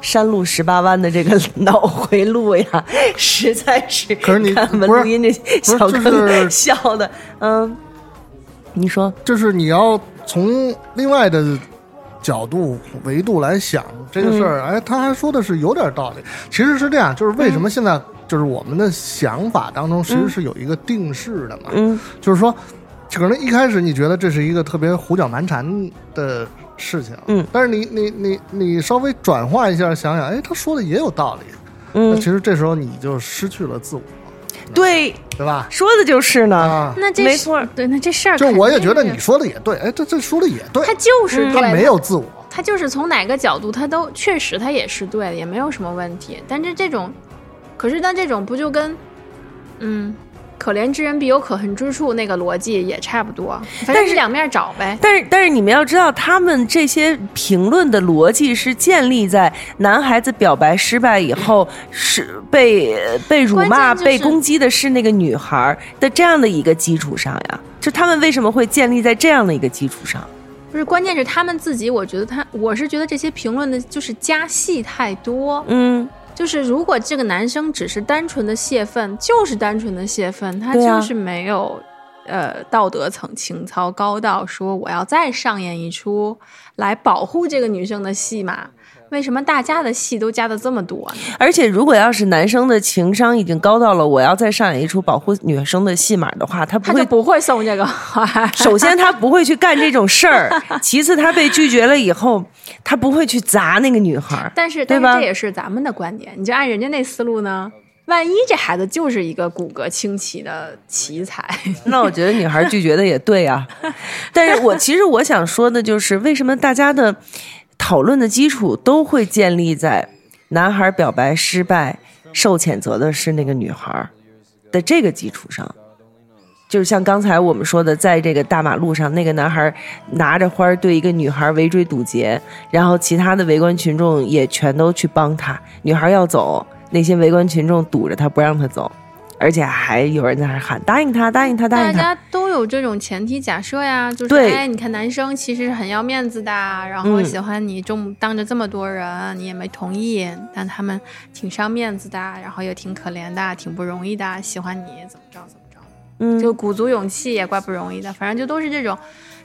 Speaker 3: 山路十八弯的这个脑回路呀， 实在是
Speaker 2: 可是你
Speaker 3: 看我们
Speaker 2: 不是
Speaker 3: 录音这
Speaker 2: 是
Speaker 3: 小
Speaker 2: 就
Speaker 3: 哥
Speaker 2: 是
Speaker 3: 笑的，嗯，你说
Speaker 2: 就是你要从另外的角度维度来想这个事儿。
Speaker 3: 嗯
Speaker 2: 哎，他还说的是有点道理。其实是这样，就是为什么现在就是我们的想法当中其实是有一个定式的嘛，
Speaker 3: 嗯
Speaker 2: 就是说，可能一开始你觉得这是一个特别胡搅蛮缠的事情，
Speaker 3: 嗯，
Speaker 2: 但是你你你你稍微转化一下想想，哎，他说的也有道理。那
Speaker 3: 嗯
Speaker 2: 其，实呃这时候你就失去了自我，
Speaker 3: 对，
Speaker 2: 对吧？
Speaker 3: 说的就是呢，
Speaker 2: 啊，
Speaker 4: 那这
Speaker 3: 没错儿，
Speaker 4: 对，那这事儿
Speaker 2: 就
Speaker 4: 肯定
Speaker 2: 我也觉得你
Speaker 4: 是，
Speaker 2: 说的也对，哎，这这说的也对
Speaker 4: 他，就是
Speaker 3: 嗯
Speaker 4: 对
Speaker 2: 他
Speaker 4: 的
Speaker 2: 没有自我，
Speaker 4: 他就是从哪个角度，他都确实他也是对的，也没有什么问题。但是这种，可是但这种不就跟，嗯，可怜之人必有可恨之处那个逻辑也差不多，反
Speaker 3: 但
Speaker 4: 正
Speaker 3: 是
Speaker 4: 是两面找呗。
Speaker 3: 但是，但是你们要知道，他们这些评论的逻辑是建立在男孩子表白失败以后是被被辱骂、
Speaker 4: 关键就
Speaker 3: 被
Speaker 4: 是
Speaker 3: 攻击的是那个女孩儿的这样的一个基础上呀。就他们为什么会建立在这样的一个基础上？
Speaker 4: 不是，关键是他们自己，我觉得他，我是觉得这些评论的就是加戏太多。
Speaker 3: 嗯，
Speaker 4: 就是如果这个男生只是单纯的泄愤，就是单纯的泄愤，他
Speaker 3: 对啊
Speaker 4: 就是没有、呃道德层情操高到说我要再上演一出来保护这个女生的戏码。为什么大家的戏都加的这么多呢？
Speaker 3: 而且如果要是男生的情商已经高到了我要再上演一出保护女生的戏码的话，他
Speaker 4: 他
Speaker 3: 不
Speaker 4: 就
Speaker 3: 会。
Speaker 4: 不会送这个花。
Speaker 3: 首先，他不会去干这种事儿；其次，他被拒绝了以后，他不会去砸那个女孩儿。
Speaker 4: 但是，
Speaker 3: 对
Speaker 4: 但
Speaker 3: 吧
Speaker 4: 是这也是咱们的观点，你就按人家那思路呢。万一这孩子就是一个骨骼清奇的奇才，
Speaker 3: 那我觉得女孩拒绝的也对啊，但是我其实我想说的就是，为什么大家的讨论的基础都会建立在男孩表白失败，受谴责的是那个女孩的这个基础上？就是像刚才我们说的，在这个大马路上，那个男孩拿着花儿对一个女孩围追堵截，然后其他的围观群众也全都去帮他。女孩要走，那些围观群众堵着她不让她走，而且还有人在那儿喊答应她，答应她，答
Speaker 4: 大
Speaker 3: 应她。
Speaker 4: 家都有这种前提假设呀，就是
Speaker 3: 对
Speaker 4: 哎，你看男生其实很要面子的，啊然后
Speaker 3: 嗯
Speaker 4: 喜欢你中，当着这么多人，你也没同意，但他们挺伤面子的，啊然后也挺可怜的，啊挺不容易的，喜欢你怎么着怎么着。
Speaker 3: 嗯，
Speaker 4: 就鼓足勇气也怪不容易的，反正就都是这种，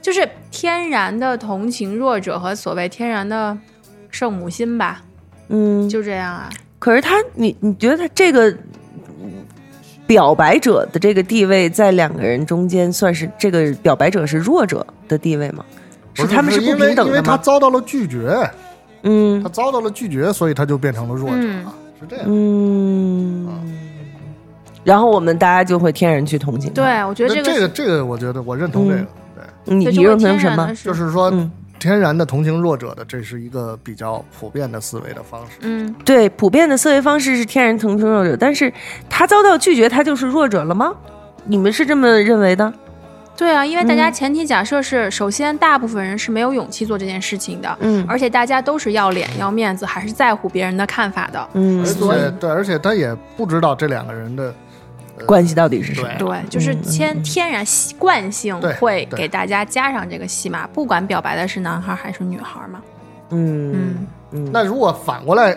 Speaker 4: 就是天然的同情弱者和所谓天然的圣母心吧，
Speaker 3: 嗯，
Speaker 4: 就这样啊。
Speaker 3: 可是他，你你觉得他这个嗯表白者的这个地位，在两个人中间算是这个表白者是弱者的地位吗？
Speaker 2: 不
Speaker 3: 他们
Speaker 2: 是
Speaker 3: 不
Speaker 2: 因为
Speaker 3: 平等
Speaker 2: 因为
Speaker 3: 的
Speaker 2: 他
Speaker 3: 吗？
Speaker 2: 遭到了拒绝，
Speaker 3: 嗯
Speaker 2: 他遭到了拒绝，所以他就变成了弱者了，是这
Speaker 4: 嗯
Speaker 2: 样。
Speaker 3: 嗯。然后我们大家就会天然去同情他。
Speaker 4: 对，我觉
Speaker 2: 那
Speaker 4: 得这个
Speaker 2: 这
Speaker 4: 是
Speaker 2: 个这个，我觉得我认同这个，对，
Speaker 3: 你
Speaker 4: 这
Speaker 3: 你
Speaker 4: 就
Speaker 3: 认
Speaker 4: 会天
Speaker 3: 同什
Speaker 4: 然
Speaker 3: 么
Speaker 4: 的？
Speaker 2: 就是说
Speaker 3: 嗯
Speaker 2: 天然的同情弱者的，这是一个比较普遍的思维的方式。
Speaker 4: 嗯，
Speaker 3: 对，普遍的思维方式是天然同情弱者，但是他遭到拒绝，他就是弱者了吗？你们是这么认为的？
Speaker 4: 对啊，因为大家前提假设是，首先大部分人是没有勇气做这件事情的，
Speaker 3: 嗯
Speaker 4: 而且大家都是要脸要面子，还是在乎别人的看法的，
Speaker 3: 嗯
Speaker 2: 而，且对，而且他也不知道这两个人的呃
Speaker 3: 关系到底是什么？
Speaker 2: 对
Speaker 4: 对，就是天天然习惯性
Speaker 2: 对
Speaker 4: 会
Speaker 2: 对
Speaker 4: 给大家加上这个戏码，不管表白的是男孩还是女孩嘛，
Speaker 3: 嗯
Speaker 4: 嗯
Speaker 3: 嗯
Speaker 2: 那如果反过来，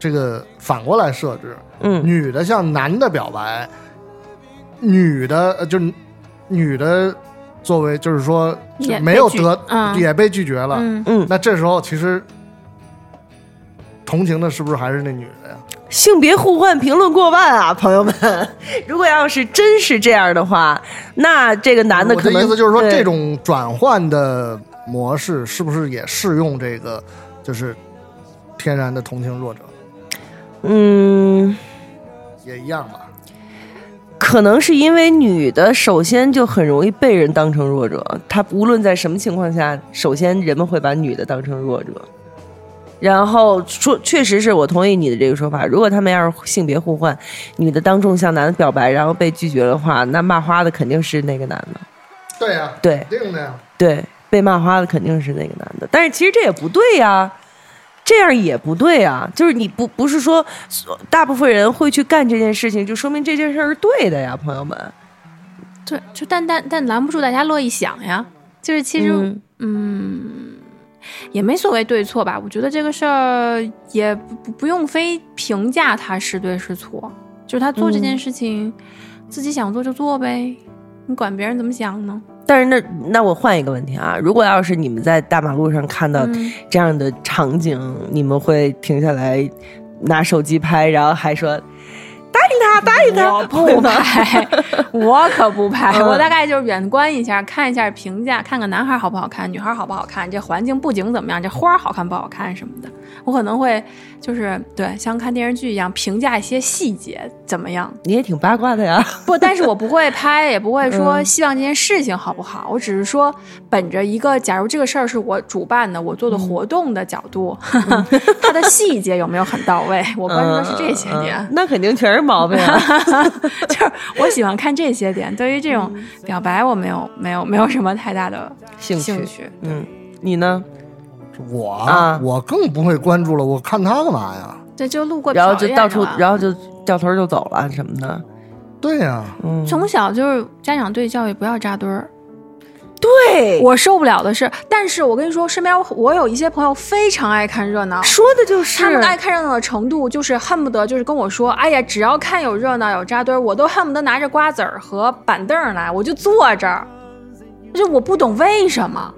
Speaker 2: 这个反过来设置，
Speaker 3: 嗯
Speaker 2: 女的向男的表白，女的呃就是女的作为就是说就
Speaker 4: 也被
Speaker 2: 没有
Speaker 4: 拒
Speaker 2: 得
Speaker 4: 嗯
Speaker 2: 也被拒绝了，
Speaker 4: 嗯。
Speaker 3: 嗯，
Speaker 2: 那这时候其实同情的是不是还是那女的呀？
Speaker 3: 性别互换评论过万啊，朋友们！如果要是真是这样的话，啊那这个男的
Speaker 2: 我
Speaker 3: 可
Speaker 2: 的
Speaker 3: 能
Speaker 2: 意思就是说，
Speaker 3: 对
Speaker 2: 这种转换的模式是不是也适用这个就是天然的同情弱者
Speaker 3: 嗯，
Speaker 2: 也一样吧？
Speaker 3: 可能是因为女的首先就很容易被人当成弱者，她无论在什么情况下，首先人们会把女的当成弱者。然后说，确实是我同意你的这个说法。如果他们要是性别互换，女的当众向男的表白，然后被拒绝的话，那骂花的肯定是那个男的。
Speaker 2: 对呀、
Speaker 3: 对，
Speaker 2: 肯定的呀。
Speaker 3: 对，被骂花的肯定是那个男的，但是其实这也不对呀、这样也不对啊。就是你不不是说所大部分人会去干这件事情，就说明这件事儿是对的呀，朋友们。
Speaker 4: 对，就但但但拦不住大家乐意想呀。就是其实
Speaker 3: 嗯
Speaker 4: 嗯也没所谓对错吧，我觉得这个事儿也不不不用非评价他是对是错，就是他做这件事情，自己想做就做呗，你管别人怎么想呢？
Speaker 3: 但是那那我换一个问题啊，如果要是你们在大马路上看到
Speaker 4: 嗯
Speaker 3: 这样的场景，你们会停下来拿手机拍，然后还说答应他，答应他，会
Speaker 4: 不
Speaker 3: 吗？
Speaker 4: 拍，我可不拍。
Speaker 3: 嗯
Speaker 4: 我大概就是远观一下，看一下评价，看看男孩好不好看，女孩好不好看，这环境布景怎么样，这花儿好看不好看什么的。我可能会就是对，像看电视剧一样评价一些细节怎么样。
Speaker 3: 你也挺八卦的呀，
Speaker 4: 不，但是我不会拍，也不会说
Speaker 3: 嗯
Speaker 4: 希望这件事情好不好。我只是说本着一个，假如这个事儿是我主办的，我做
Speaker 3: 嗯
Speaker 4: 的活动的角 度，嗯它的细节有没有很到位，我关注的是这些
Speaker 3: 嗯
Speaker 4: 点。
Speaker 3: 嗯 那肯定全是毛病啊。
Speaker 4: 就是我喜欢看这些点。对于这种
Speaker 3: 嗯
Speaker 4: 表白，我没有没有没有什么太大的
Speaker 3: 兴趣
Speaker 4: 兴趣。
Speaker 3: 嗯，你呢？
Speaker 2: 我
Speaker 3: 啊
Speaker 2: 我更不会关注了，我看他干嘛呀？
Speaker 4: 对，就路过
Speaker 3: 然后
Speaker 4: 瞟一
Speaker 3: 就
Speaker 4: 眼
Speaker 3: 到处
Speaker 4: 吧，
Speaker 3: 然后就掉头就走了啊什么的。
Speaker 2: 对呀、
Speaker 3: 嗯，
Speaker 4: 从小就是家长对教育不要扎堆儿。
Speaker 3: 对
Speaker 4: 我受不了的是，但是我跟你说，身边我我有一些朋友非常爱看热 闹，
Speaker 3: 说的就是
Speaker 4: 他们爱看热闹的程度，就是恨不得就是跟我说，哎呀，只要看有热闹有扎堆儿，我都恨不得拿着瓜子儿和板凳儿来，我就坐这儿。就我不懂为什么，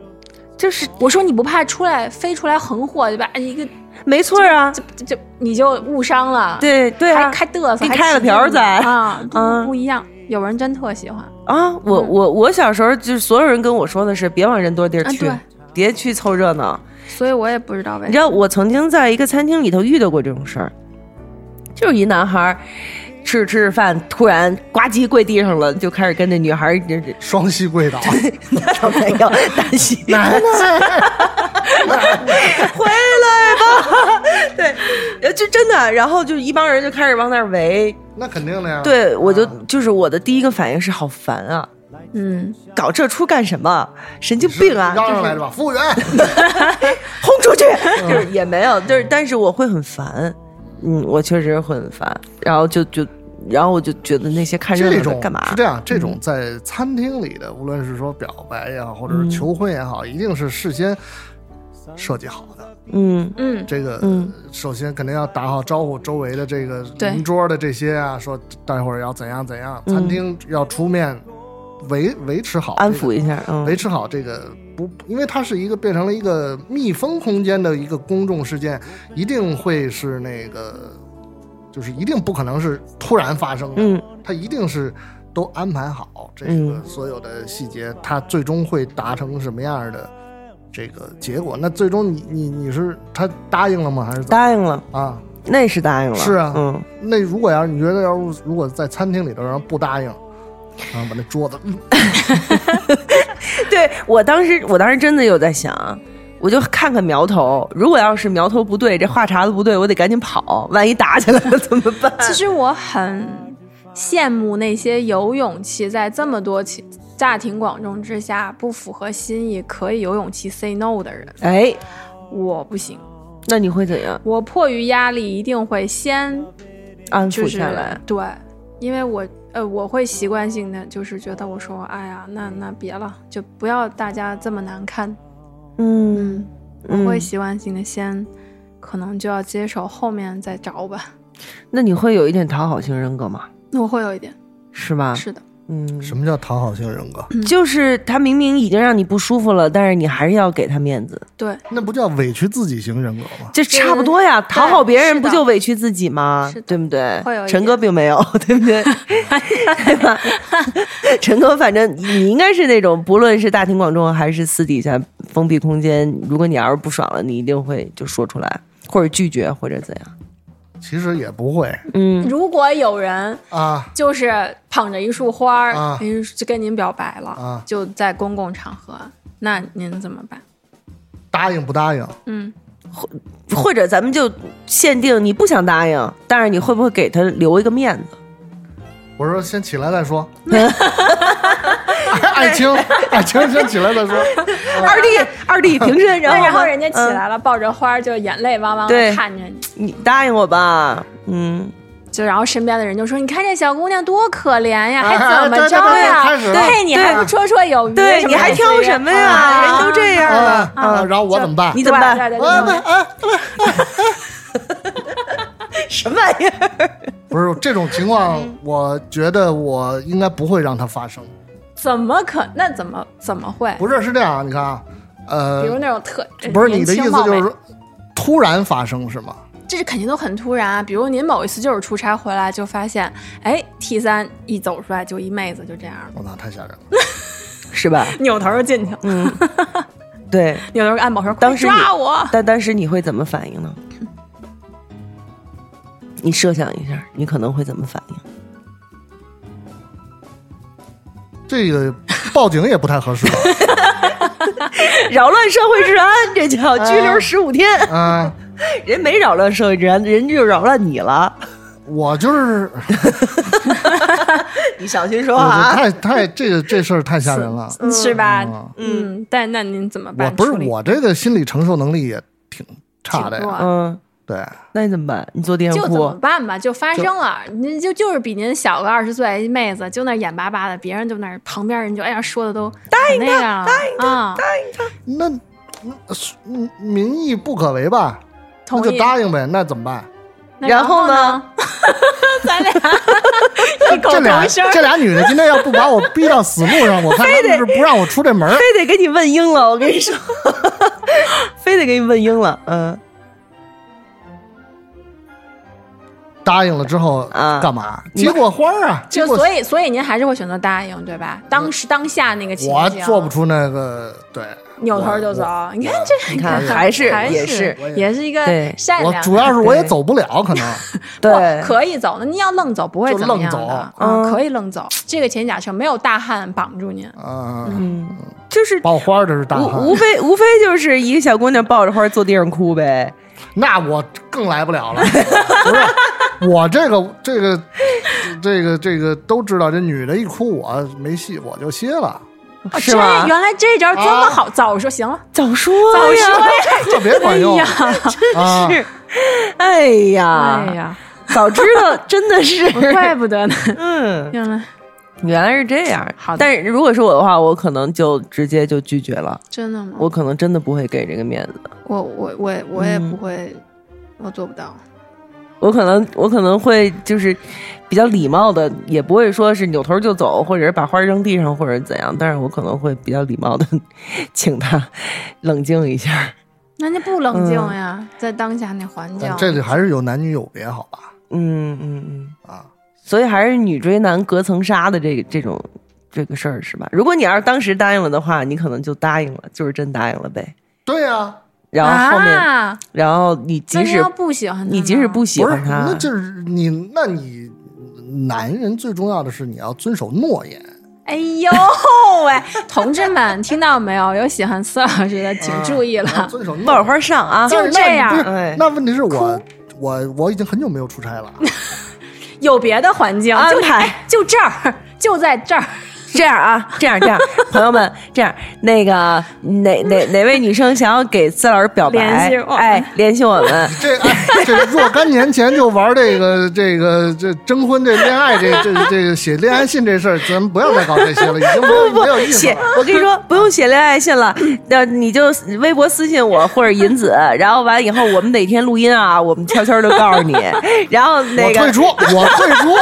Speaker 3: 就是
Speaker 4: 我说你不怕出来飞出来横祸对吧？哎一个
Speaker 3: 没错啊，
Speaker 4: 就就你就误伤了，
Speaker 3: 对对啊
Speaker 4: 还，还嘚瑟，
Speaker 3: 给
Speaker 4: 还
Speaker 3: 开了
Speaker 4: 起劲
Speaker 3: 瓢儿在
Speaker 4: 啊，不
Speaker 3: 嗯
Speaker 4: 不一样。有人真特喜欢，
Speaker 3: 啊，我
Speaker 4: 嗯
Speaker 3: 我我小时候就是所有人跟我说的是别往人多地儿
Speaker 4: 啊
Speaker 3: 去
Speaker 4: 对，哎
Speaker 3: 别去凑热闹。
Speaker 4: 所以我也不知道
Speaker 3: 你
Speaker 4: 为什
Speaker 3: 知
Speaker 4: 么。
Speaker 3: 道我曾经在一个餐厅里头遇到过这种事儿，就是一男孩儿吃着吃着饭，突然呱唧跪地上了，就开始跟那女孩儿这这
Speaker 2: 双膝跪倒，
Speaker 3: 那倒没有，担 心奶啊奶回来吧， 对，呃就真的，然后就一帮人就开始往那儿围，
Speaker 2: 那肯定的呀。
Speaker 3: 对我就
Speaker 2: 嗯
Speaker 3: 就是我的第一个反应是好烦啊，
Speaker 4: 嗯，
Speaker 3: 搞这出干什么？神经病啊！
Speaker 2: 嚷
Speaker 3: 就
Speaker 2: 嚷来
Speaker 3: 是
Speaker 2: 着吧，服务员。
Speaker 3: 轰出去，
Speaker 2: 嗯
Speaker 3: 就是也没有，就是但是我会很烦，嗯，我确实会很烦，然后就就然后我就觉得那些看热
Speaker 2: 这
Speaker 3: 闹的
Speaker 2: 种
Speaker 3: 干嘛
Speaker 2: 是？这样，这种在餐厅里的，无论是说表白也好，或者是求婚也好，一定是事先设计好的。
Speaker 3: 嗯
Speaker 4: 嗯，
Speaker 2: 这个、
Speaker 3: 嗯
Speaker 2: 首先肯定要打好招呼，周围的这个
Speaker 4: 对
Speaker 2: 邻桌的这些啊，说待会儿要怎样怎样，餐厅要出面维维持好、
Speaker 3: 嗯安抚一下，
Speaker 2: 维
Speaker 3: 嗯
Speaker 2: 持好这个不，因为它是一个变成了一个密封空间的一个公众事件，一定会是那个，就是一定不可能是突然发生的，
Speaker 3: 嗯
Speaker 2: 它一定是都安排好这个
Speaker 3: 嗯
Speaker 2: 所有的细节，它最终会达成什么样的这个结果？那最终你你你是他答应了吗？还是怎么
Speaker 3: 答应了，
Speaker 2: 啊？
Speaker 3: 那是答应了，
Speaker 2: 是啊
Speaker 3: 嗯。
Speaker 2: 那如果要是你觉得要是如果在餐厅里头然后不答应，然后把那桌子，嗯
Speaker 3: 对我当时，我当时真的有在想，我就看看苗头，如果要是苗头不对，这话茬子不对，我得赶紧跑，万一打起来了怎么办？
Speaker 4: 其实我很羡慕那些有勇气在这么多起大庭广众之下不符合心意，可以有勇气 say no 的人。
Speaker 3: 哎，
Speaker 4: 我不行，
Speaker 3: 那你会怎样
Speaker 4: 我迫于压力一定会先
Speaker 3: 安
Speaker 4: 就
Speaker 3: 抚
Speaker 4: 是
Speaker 3: 下来？
Speaker 4: 对，因为我呃我会习惯性的就是觉得我说哎呀那那别了，就不要大家这么难堪。
Speaker 3: 嗯，
Speaker 4: 我会
Speaker 3: 嗯
Speaker 4: 习惯性的先。可能就要接受，后面再找吧。
Speaker 3: 那你会有一点讨好型人格吗？
Speaker 4: 那我会有一点，
Speaker 3: 是吧？
Speaker 4: 是的，
Speaker 3: 嗯，
Speaker 2: 什么叫讨好型人格？
Speaker 3: 就是他明明已经让你不舒服了，但是你还是要给他面子，
Speaker 4: 对，
Speaker 2: 那不叫委屈自己型人格吗？
Speaker 3: 这差不多呀。讨好别人不就委屈自己吗
Speaker 4: 是的？
Speaker 3: 对不对
Speaker 4: 会有一？点
Speaker 3: 陈哥并没有， 对不对？对吧？陈哥，反正你应该是那种，不论是大庭广众还是私底下封闭空间，如果你要是不爽了，你一定会就说出来，或者拒绝，或者怎样。
Speaker 2: 其实也不会
Speaker 3: 嗯，
Speaker 4: 如果有人
Speaker 2: 啊。
Speaker 4: 就是捧着一束花儿，
Speaker 2: 啊
Speaker 4: 人就跟您表白了，
Speaker 2: 啊
Speaker 4: 就在公共场合，那您怎么办？
Speaker 2: 答应不答应？
Speaker 4: 嗯，
Speaker 3: 或者咱们就限定你不想答应，但是你会不会给他留一个面子？
Speaker 2: 我说先起来再说。爱爱青，爱青先起来再说。
Speaker 3: 二弟，二弟平身，然
Speaker 4: 那
Speaker 3: 后
Speaker 4: 然后人家起
Speaker 3: 嗯
Speaker 4: 来了，抱着花儿就眼泪汪汪的
Speaker 3: 对
Speaker 4: 看着你，
Speaker 3: 嗯你答应我吧，嗯，
Speaker 4: 就然后身边的人就说：“你看这小姑娘多可怜呀，
Speaker 2: 哎
Speaker 4: 还怎么着呀？
Speaker 2: 哎对对对对开始了
Speaker 4: 嘿，你还不绰绰有余？
Speaker 3: 对，
Speaker 4: 什么
Speaker 3: 你还
Speaker 4: 类似
Speaker 3: 挑
Speaker 4: 于
Speaker 3: 什么
Speaker 4: 啊
Speaker 3: 呀？人都这样
Speaker 2: 啊
Speaker 3: 了，
Speaker 2: 啊！然后我怎么办？
Speaker 3: 你怎么办
Speaker 4: 对对
Speaker 2: 啊
Speaker 4: 对对
Speaker 2: 啊！啊
Speaker 3: 什么玩意儿？
Speaker 2: 不是这种情况，我觉得我应该不会让它发生。
Speaker 4: 怎么可那怎么怎么会？
Speaker 2: 不是，是这样，你看啊，
Speaker 4: 比如
Speaker 2: 呃，
Speaker 4: 那种特
Speaker 2: 不是你的意思就，
Speaker 4: 年
Speaker 2: 是
Speaker 4: 轻貌
Speaker 2: 说突然发生是吗？
Speaker 4: 美这是肯定都很突然啊。比如您某一次就是出差回来就发现，哎，T 三一走出来就一妹子就这样了，
Speaker 2: 我操，太吓人了！
Speaker 3: 是吧？
Speaker 4: 扭头就进去了。
Speaker 3: 对，
Speaker 4: 扭头按某说：“
Speaker 3: 当时
Speaker 4: 快
Speaker 3: 你
Speaker 4: 抓我
Speaker 3: 但当时你会怎么反应呢？你设想一下，你可能会怎么反应？
Speaker 2: 这个报警也不太合适吧？
Speaker 3: 扰乱社会治安，这 叫拘留十五天。
Speaker 2: 啊，
Speaker 3: 人没扰乱社会治安，人就扰乱你了。
Speaker 2: 我就是
Speaker 3: 你小心说
Speaker 2: 我
Speaker 3: 话
Speaker 2: 就
Speaker 3: 啊！
Speaker 2: 太太这个这事儿太吓人了。
Speaker 4: 是吧
Speaker 2: 嗯？
Speaker 4: 嗯，但那您怎么
Speaker 2: 我
Speaker 4: 办？
Speaker 2: 不是
Speaker 4: 处理
Speaker 2: 我这个心理承受能力也挺差的
Speaker 4: 挺弱
Speaker 2: 呀，嗯
Speaker 3: 嗯，
Speaker 2: 对，
Speaker 3: 那你怎么办？你坐地
Speaker 4: 就
Speaker 3: 上
Speaker 4: 怎么
Speaker 3: 哭？
Speaker 4: 办吧？就发生了，您就就是比您小个二十岁妹子，就那眼巴巴的，别人就那儿旁边人就哎呀说的都答应那样了啊，
Speaker 2: 那那是嗯民意不可违吧？那
Speaker 4: 同
Speaker 2: 就
Speaker 4: 意。
Speaker 2: 答应呗，那怎么办？
Speaker 4: 那
Speaker 3: 然
Speaker 4: 然
Speaker 3: 后
Speaker 4: 呢？咱俩异口
Speaker 2: 这俩
Speaker 4: 同声儿，
Speaker 2: 这俩女的今天要不把我逼到死路上，我看他们是不让我出这门儿。
Speaker 3: 非得给你问晕了，我跟你说， 非得给你问晕了。嗯，
Speaker 2: 答应了之后
Speaker 3: 啊
Speaker 2: 干嘛？结果花儿啊，结
Speaker 4: 就
Speaker 2: 果
Speaker 4: 所以所以您还是会选择答应对吧？当时当下那个情啊
Speaker 2: 我
Speaker 4: 景，
Speaker 2: 做不出那个对，
Speaker 4: 扭头就走
Speaker 2: 我。。
Speaker 4: 你看这，
Speaker 3: 啊 你看
Speaker 2: 哎
Speaker 3: 还是
Speaker 4: 还
Speaker 3: 也
Speaker 4: 是
Speaker 3: 是
Speaker 2: 我也
Speaker 4: 也是一个
Speaker 3: 对
Speaker 4: 善
Speaker 2: 我
Speaker 4: 良的，
Speaker 2: 主要是我也
Speaker 3: 对
Speaker 2: 走不了，可 能
Speaker 3: 对，
Speaker 4: 可以走，那您要愣走不会
Speaker 2: 就
Speaker 4: 怎么
Speaker 2: 愣
Speaker 4: 样
Speaker 2: 走
Speaker 4: 的，啊
Speaker 3: 嗯
Speaker 4: 可以愣走。这个前提假设没有大汉绑住
Speaker 3: 啊
Speaker 4: 您，
Speaker 2: 嗯，
Speaker 3: 嗯，就是
Speaker 2: 把我花儿这是大汉
Speaker 3: 无，无非无非就是一个小姑娘抱着花坐地上哭呗。
Speaker 2: 那我更来不了 了。不是，我这个这个这个这个都知道，这女的一哭我没戏，我就歇了，
Speaker 4: 哦
Speaker 3: 是
Speaker 4: 这
Speaker 3: 吗
Speaker 4: 原来这招这么
Speaker 2: 啊
Speaker 4: 好，早说行了，
Speaker 3: 早说呀，
Speaker 4: 早
Speaker 3: 哎
Speaker 4: 说哎
Speaker 2: 特别管 用
Speaker 4: 呀！
Speaker 2: 啊！
Speaker 3: 是，哎呀，
Speaker 4: 哎，呀，
Speaker 3: 早知道真的是，
Speaker 4: 怪 不 得呢，
Speaker 3: 嗯，
Speaker 4: 原来
Speaker 3: 原来是这样。
Speaker 4: 好的
Speaker 3: 但是如果是我的话，我可能就直接就拒绝了，
Speaker 4: 真的吗？
Speaker 3: 我可能真的不会给这个面子，
Speaker 4: 我我我我也
Speaker 3: 嗯
Speaker 4: 不会，我做不到。
Speaker 3: 我可能我可能会就是比较礼貌的，也不会说是扭头就走，或者是把花扔地上，或者怎样。但是我可能会比较礼貌的请他 冷静一下。
Speaker 4: 那就不冷静
Speaker 3: 嗯
Speaker 4: 呀，在当下那环境，
Speaker 2: 哎这里还是有男女有别，好吧？
Speaker 3: 嗯嗯嗯。
Speaker 2: 啊，
Speaker 3: 所以还是女追男隔层纱的这个这种这个事儿是吧？如果你要是当时答应了的话，你可能就答应了，就是真答应了呗。
Speaker 2: 对呀、
Speaker 3: 然后后面，
Speaker 4: 啊，
Speaker 3: 然后你即
Speaker 4: 那您
Speaker 3: 使
Speaker 4: 要不喜欢他呢
Speaker 3: 你即使不喜
Speaker 2: 不是
Speaker 3: 欢，
Speaker 2: 那
Speaker 3: 他，
Speaker 2: 就是你，那你男人最重要的是你要遵守诺言。
Speaker 4: 哎呦喂，同志们，听到没有？有喜欢四老师的，请注意了。
Speaker 2: 啊遵守诺
Speaker 3: 抱着
Speaker 2: 言。
Speaker 3: 花上啊，
Speaker 4: 就
Speaker 2: 但是那
Speaker 4: 这样
Speaker 2: 不是
Speaker 3: 哎
Speaker 2: 那问题是我，我我已经很久没有出 差了。
Speaker 4: 有别的环境，
Speaker 2: 嗯
Speaker 3: 安
Speaker 4: 就
Speaker 3: 排
Speaker 4: 哎就这儿，就在 这儿。
Speaker 3: 这样啊，这样这样，朋友们，这样那个哪哪哪位女生想要给司老师表白，
Speaker 4: 联系我们
Speaker 3: 哎，联系我们，
Speaker 2: 这哎，这若干年前就玩这个这个这征婚这恋爱这这这个写恋爱信这事儿，咱们不要再搞这些了，已经没有没有意思
Speaker 3: 写
Speaker 2: 了。，
Speaker 3: 我跟你说，不用写恋爱信了，那你就微博私信我或者银子，然后完以后我们哪天录音啊，我们悄悄的告诉你，然后
Speaker 2: 我
Speaker 3: 那
Speaker 2: 退
Speaker 3: 个
Speaker 2: 出，我退出。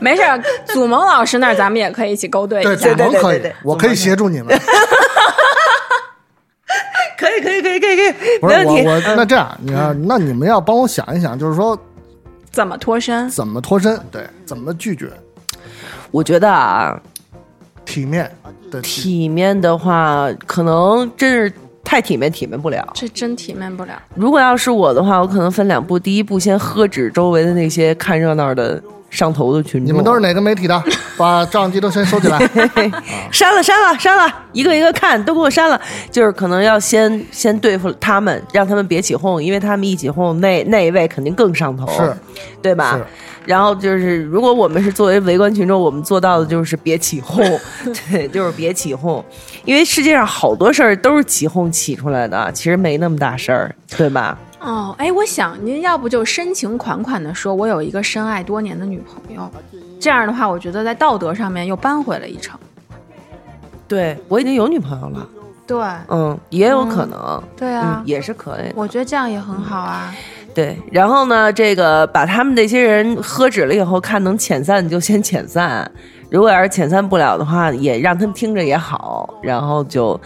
Speaker 4: 没事儿，祖萌老师那儿咱们也可以一起勾 兑
Speaker 2: 对，
Speaker 4: 一
Speaker 2: 祖
Speaker 4: 下。
Speaker 2: 萌可
Speaker 3: 对对对
Speaker 2: 以，我可以协助你们。
Speaker 3: 可以可以可以可以可以，
Speaker 2: 不
Speaker 3: 没
Speaker 2: 是
Speaker 3: 问
Speaker 2: 我
Speaker 3: 题。
Speaker 2: 我那这样，你看，那你们要帮我想一想，就是说
Speaker 4: 怎么脱身？
Speaker 2: 怎么脱身，对，怎么拒绝，
Speaker 3: 我觉得啊，
Speaker 2: 体面对体
Speaker 3: 体面的话，可能真是太体面体面不了。
Speaker 4: 这真体面不了。
Speaker 3: 如果要是我的话，我可能分两步，第一步先喝止周围的那些看热闹的上头的群众。
Speaker 2: 你们都是哪个媒体的？ 把照相机都先收 起来。
Speaker 3: 删了，删了，删了，一个一个看，都给我删了。就是可能要先先对付他们，让他们别起哄，因为他们一起哄，那那一位肯定更上头，
Speaker 2: 是，
Speaker 3: 对吧？
Speaker 2: 是
Speaker 3: 然后就是，如果我们是作为围观群众，我们做到的就是别起 哄，对，就是别起哄，因为世界上好多事儿都是起哄起出来的，其实没那么大事儿，对吧？
Speaker 4: 哦，哎，我想您要不就深情款款的说，我有一个深爱多年的女朋友。这样的话，我觉得在道德上面又扳回了一城。
Speaker 3: 对我已经有女朋友了，
Speaker 4: 对，
Speaker 3: 嗯，也有可能，
Speaker 4: 对
Speaker 3: 嗯，
Speaker 4: 啊，
Speaker 3: 也是可以的。
Speaker 4: 我觉得这样也很好啊。
Speaker 3: 对，然后呢，这个把他们这些人喝止了以后，看能遣散就先遣散，如果要是遣散不了的话，也让他们听着也好，然后就，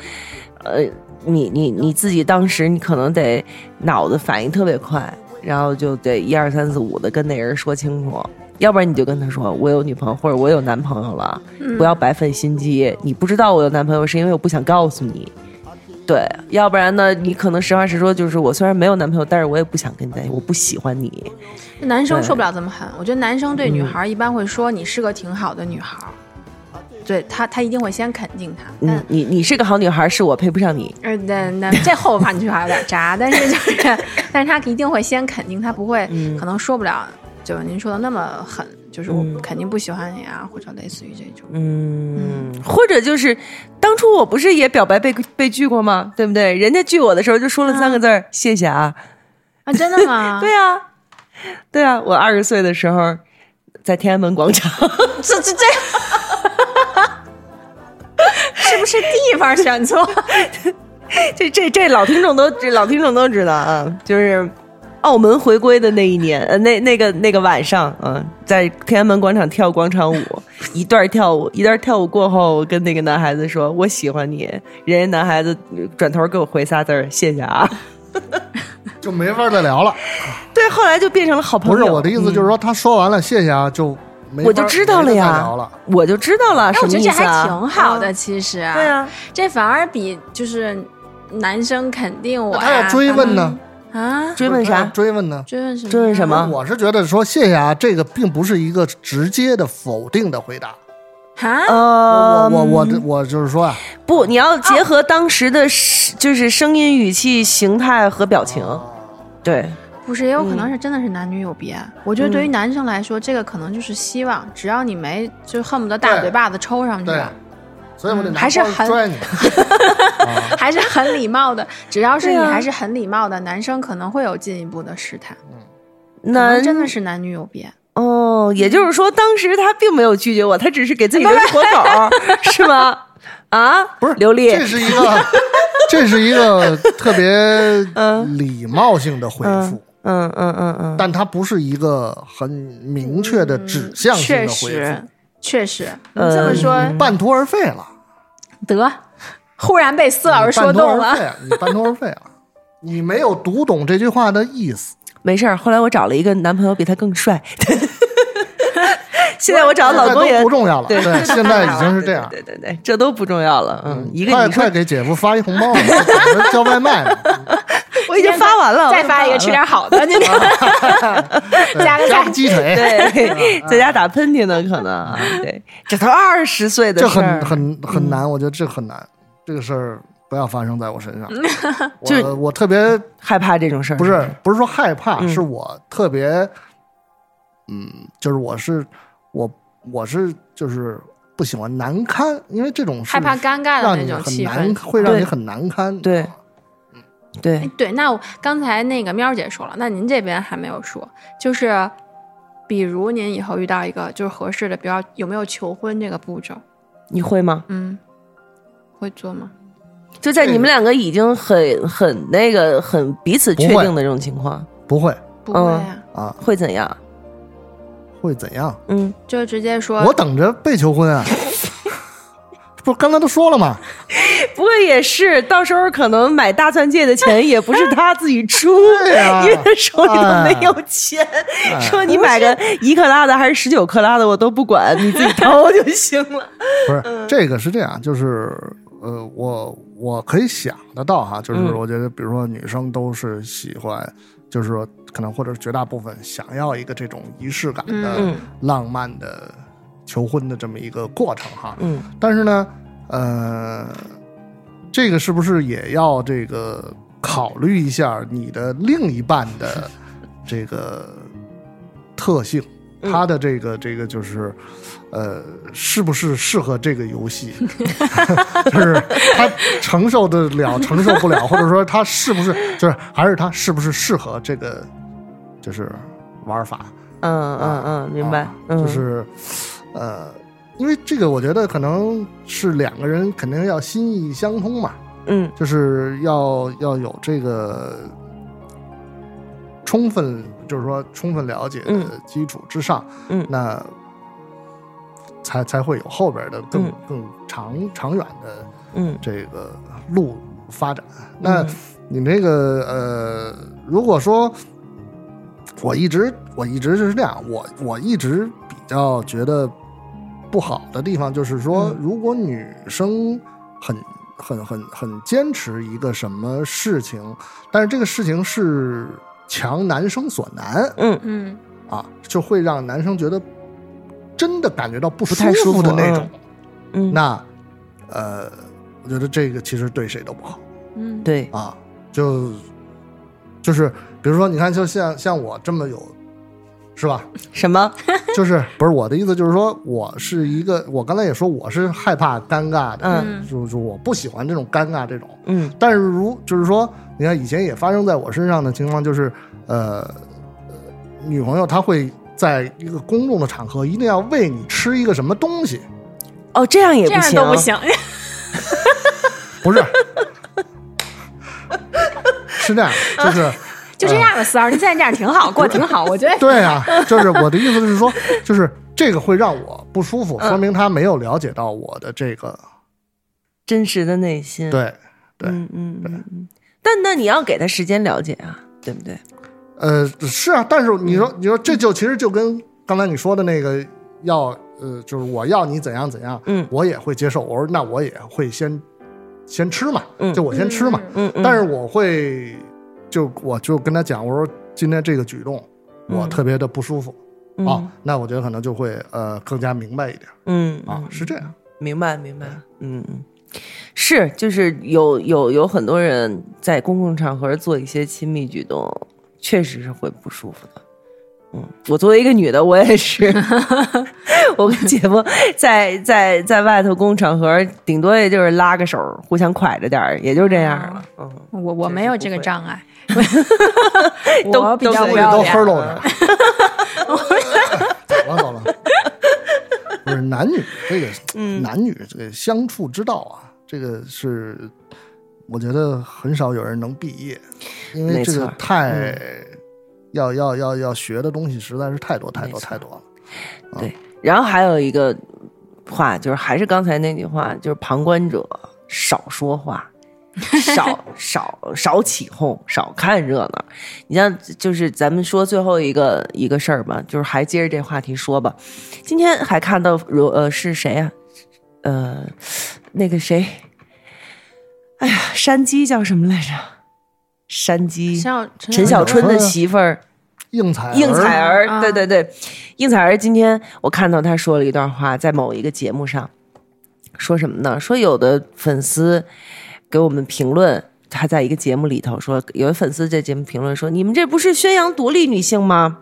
Speaker 3: 呃，你你你自己当时你可能得脑子反应特别快，然后就得一二三四五的跟那人说清楚。要不然你就跟他说我有女朋友或者我有男朋友了，
Speaker 4: 嗯
Speaker 3: 不要白费心机。你不知道我有男朋友是因为我不想告诉你，对，要不然呢，你可能实话实说，就是我虽然没有男朋友，但是我也不想跟你在一起，我不喜欢你。
Speaker 4: 男生
Speaker 3: 对嗯
Speaker 4: 说不了这么狠，我觉得男生对女孩一般会说你是个挺好的女孩儿，对他，他一定会先肯定他。
Speaker 3: 你
Speaker 4: 嗯，
Speaker 3: 你你是个好女孩，是我配不上你。
Speaker 4: 呃，那那 这后半句话有点渣，但是就是， 但是他一定会先肯定，他不会，
Speaker 3: 嗯
Speaker 4: 可能说不了，就是您说的那么狠，就是我
Speaker 3: 嗯
Speaker 4: 肯定不喜欢你啊，或者类似于这种。
Speaker 3: 嗯，或者就是当初我不是也表白被被拒过吗？对不对？人家拒我的时候就说了三个字儿、谢谢啊。
Speaker 4: 啊，真 的吗？
Speaker 3: 对啊，对啊，我二十岁的时候在天安门广 场，
Speaker 4: 这这这， 是不是地方选错？
Speaker 3: 这这这老听众都这老听众都知道啊，就是澳门回归的那一年，呃，那那个那个晚上，嗯、在天安门广场跳广场舞，一段跳舞，一段跳舞过后，我跟那个男孩子说我喜欢你，人家男孩子转头给我回仨字儿谢谢啊，
Speaker 2: 就没法再聊了。
Speaker 3: 对，后来就变成了好朋友。
Speaker 2: 不是我的意思，
Speaker 3: 嗯
Speaker 2: 就是说他说完了，谢谢啊，就没法
Speaker 3: 我就知道了
Speaker 2: 没得
Speaker 3: 呀，
Speaker 2: 再聊了。
Speaker 3: 我就知道了，
Speaker 4: 哎，
Speaker 3: 什
Speaker 4: 我
Speaker 3: 么
Speaker 4: 觉得
Speaker 3: 意
Speaker 4: 这
Speaker 3: 思
Speaker 4: 还
Speaker 3: 啊？
Speaker 4: 挺好的，其实啊，
Speaker 3: 对，啊，
Speaker 4: 这反而比就是男生肯定我
Speaker 2: 那
Speaker 4: 呀，
Speaker 2: 他要追问呢？
Speaker 4: 啊，
Speaker 3: 追问
Speaker 2: 他要
Speaker 3: 啥？
Speaker 2: 追问呢？
Speaker 4: 追问什么呀？
Speaker 3: 追问什么？
Speaker 2: 我是觉得说谢谢啊，这个并不是一个直接的否定的回答。
Speaker 4: 啊？
Speaker 3: 呃
Speaker 2: 我，我我的我就是说啊，
Speaker 4: 哦
Speaker 3: 不，你要结合当时的声，就是声音、语气、形态和表情。
Speaker 4: 嗯
Speaker 3: 对，
Speaker 4: 不是，也有可
Speaker 2: 嗯
Speaker 4: 能是真的是男女有别。我觉得对于男生来说，这个可能就是希望，只要你没就恨不得大
Speaker 2: 对
Speaker 4: 嘴巴子抽上去，
Speaker 2: 对，啊所以我得拿
Speaker 4: 还是
Speaker 2: 包
Speaker 4: 很
Speaker 2: 拽你。
Speaker 4: 还是很礼貌的。只要是你
Speaker 3: 对啊
Speaker 4: 还是很礼貌的，男生可能会有进一步的试探，可
Speaker 3: 那
Speaker 4: 能真的是男女有别。
Speaker 3: 哦，也就是说，当时他并没有拒绝我，他只是给自己留个活口 儿，是吗？啊，不是刘丽，
Speaker 2: 这是一个，这是一个特别
Speaker 3: 嗯
Speaker 2: 礼貌性的回复。
Speaker 3: 嗯嗯嗯嗯，
Speaker 2: 但它不是一个很明确的指向性
Speaker 4: 嗯确
Speaker 2: 的回
Speaker 4: 实，嗯确实，你
Speaker 2: 嗯
Speaker 3: 呃
Speaker 4: 这么说、
Speaker 2: 复，半途而废了。
Speaker 4: 得，忽然被四老师说动
Speaker 2: 嗯你半途而废，你半途
Speaker 4: 了。
Speaker 2: 而废了，你没有读懂这句话的意思。
Speaker 3: 没事儿。后来我找了一个男朋友比他更帅， 现在我找的老公
Speaker 2: 现在
Speaker 3: 也
Speaker 2: 都不重要了，
Speaker 3: 对
Speaker 2: 对，现在已经是这样。
Speaker 3: 对对对，这都不重要了。嗯，一个
Speaker 2: 快
Speaker 3: 你说
Speaker 2: 快给姐夫发一红包吧，等着叫外卖呢。
Speaker 3: 我已经发完了，
Speaker 4: 再发一个，吃点好的，今天 加个
Speaker 2: 加
Speaker 4: 菜
Speaker 2: 个。鸡 腿，
Speaker 3: 对，在家打喷嚏呢，可能啊，对，这都二十岁的
Speaker 2: 这
Speaker 3: 事儿
Speaker 2: 很，很很难，我觉得这很难，这个事儿不要发生在我身上。
Speaker 3: 就是
Speaker 2: 我我特别
Speaker 3: 害怕这种事儿，
Speaker 2: 不是不是说害怕，
Speaker 3: 嗯
Speaker 2: 是我特别，嗯，就是我是我我是就是不喜欢难堪，因为这种事
Speaker 4: 害怕尴尬
Speaker 2: 让
Speaker 4: 的那
Speaker 2: 你
Speaker 4: 种
Speaker 2: 很
Speaker 4: 气
Speaker 2: 难，
Speaker 4: 氛。
Speaker 2: 会让你
Speaker 3: 对
Speaker 2: 很难堪。
Speaker 3: 对对
Speaker 4: 哎，对，那我刚才那个喵姐说了，那您这边还没有说，就是比如您以后遇到一个就是合适的，比较有没有求婚这个步骤，
Speaker 3: 你会吗？
Speaker 4: 嗯，会做吗？
Speaker 3: 就在你们两个已经很很那个很彼此确定的这种情况，
Speaker 2: 不会
Speaker 4: 不会啊，
Speaker 2: 啊，
Speaker 3: 会怎样？
Speaker 2: 会怎样？
Speaker 3: 嗯，
Speaker 4: 就直接说
Speaker 2: 我等着被求婚啊！ 不，刚才都说了 吗？
Speaker 3: 不过也是，到时候可能买大钻戒的钱也不是他自己出，
Speaker 2: 对呀 哎
Speaker 3: 因为他手里头没有钱。说你买个一克拉的还是十九克拉的，我都不管，你自己掏就行了。
Speaker 2: 不
Speaker 3: 嗯
Speaker 2: 是，这个是这样，就是呃，我我可以想得到哈，就是
Speaker 3: 嗯
Speaker 2: 我觉得，比如说女生都是喜欢，就是说可能或者绝大部分想要一个这种仪式感的
Speaker 3: 嗯、
Speaker 2: 浪漫的求婚的这么一个过程哈。
Speaker 3: 嗯，
Speaker 2: 但是呢，呃，这个是不是也要这个考虑一下你的另一半的这个特性？他的这个这个就是，呃，是不是适合这个游戏？ 就是他承受得了，承受不了，或者说他是不是就是还是他是不是适合这个就是玩法？
Speaker 3: 嗯嗯嗯，明白
Speaker 2: 啊，
Speaker 3: 嗯
Speaker 2: 就是呃，因为这个我觉得可能是两个人肯定要心意相通嘛，
Speaker 3: 嗯
Speaker 2: 就是要要有这个充分，就是说充分了解
Speaker 3: 嗯
Speaker 2: 的基础之上，
Speaker 3: 嗯
Speaker 2: 那才才会有后边的更、
Speaker 3: 嗯
Speaker 2: 更长长远的
Speaker 3: 嗯
Speaker 2: 这个路发展。那你这个呃，如果说我一直我一直就是这样，我我一直比较觉得不好的地方就是说，
Speaker 3: 嗯
Speaker 2: 如果女生很很很很坚持一个什么事情，但是这个事情是强男生所难
Speaker 3: 嗯，
Speaker 4: 嗯，
Speaker 2: 啊，就会让男生觉得真的感觉到不
Speaker 3: 不太舒
Speaker 2: 服的
Speaker 3: 服
Speaker 2: 那种。
Speaker 3: 嗯，
Speaker 2: 那呃，我觉得这个其实对谁都不好
Speaker 4: 嗯，
Speaker 3: 对，
Speaker 2: 啊。就就是比如说，你看，就像像我这么有，是吧？
Speaker 3: 什么？
Speaker 2: 就是不是我的意思，就是说我是一个，我刚才也说我是害怕尴尬的，
Speaker 3: 嗯
Speaker 2: 就是我不喜欢这种尴尬这种。
Speaker 3: 嗯
Speaker 2: 但是如就是说，你看以前也发生在我身上的情况，就是呃，呃女朋友她会在一个公众的场合一定要喂你吃一个什么东西，
Speaker 3: 哦，这样也不
Speaker 4: 这样
Speaker 3: 行，
Speaker 4: 都不。行。
Speaker 2: 不是， 是这样，就是。
Speaker 4: 就这样吧，四儿，你现在这样挺好，过得挺好，我觉得。
Speaker 2: 对 啊，就是我的意思是说，就是这个会让我不舒
Speaker 3: 嗯
Speaker 2: 服，说明他没有了解到我的这个，
Speaker 3: 真实的内心。，
Speaker 2: 对对，
Speaker 3: 嗯嗯嗯嗯。但那你要给他时间了解啊，对不对？
Speaker 2: 呃，是啊，但是你说，你说这就其实就跟刚才你说的那个要，呃，就是我要你怎样怎样，
Speaker 3: 嗯
Speaker 2: 我也会接受，我说那我也会先先吃嘛，
Speaker 3: 嗯
Speaker 2: 就我先吃嘛，
Speaker 3: 嗯嗯。
Speaker 2: 但是我会就我就跟他讲，我说今天这个举动我
Speaker 3: 嗯
Speaker 2: 特别的不舒服、啊
Speaker 3: 嗯，
Speaker 2: 那我觉得可能就会呃更加明白一点
Speaker 3: 嗯
Speaker 2: 啊，
Speaker 3: 嗯
Speaker 2: 是这样，
Speaker 3: 明白明白，嗯嗯，是就是有有有很多人在公共场合做一些亲密举动，确实是会不舒服的。嗯，我作为一个女的，我也 是，我跟姐夫在在在外头公共场合，顶多也就是拉个手，互相挎着点儿，也就这样了。嗯，
Speaker 4: 我我没有这个 障碍，
Speaker 3: 都
Speaker 4: 我比较
Speaker 3: 都
Speaker 4: 不
Speaker 2: 所以
Speaker 4: 要
Speaker 2: 都
Speaker 4: 脸。
Speaker 2: hurl 着， 走了走了，不是男女这个，
Speaker 3: 嗯
Speaker 2: 男女这个相处之道啊，这个是我觉得很少有人能毕业，因为
Speaker 3: 没
Speaker 2: 这
Speaker 3: 错嗯
Speaker 2: 个太要要要要学的东西实在是太多太
Speaker 3: 没
Speaker 2: 多
Speaker 3: 错
Speaker 2: 太多了。
Speaker 3: 对。然后还有一个话，就是还是刚才那句话，就是旁观者少说话，少少少起哄，少看热闹。你像就是咱们说最后一个一个事儿吧，就是还接着这话题说吧。今天还看到如呃是谁呀、呃，那个谁，哎呀，山鸡叫什么来着？山鸡，
Speaker 4: 像
Speaker 3: 陈 小春的媳妇儿。
Speaker 2: 应采
Speaker 3: 应采
Speaker 2: 儿，
Speaker 3: 儿，
Speaker 4: 啊
Speaker 3: 对对对，应采儿今天我看到她说了一段话，在某一个节目上，说什么呢？说有的粉丝给我们评论，他在一个节目里头说，有的粉丝在节目评论说，你们这不是宣扬独立女性吗？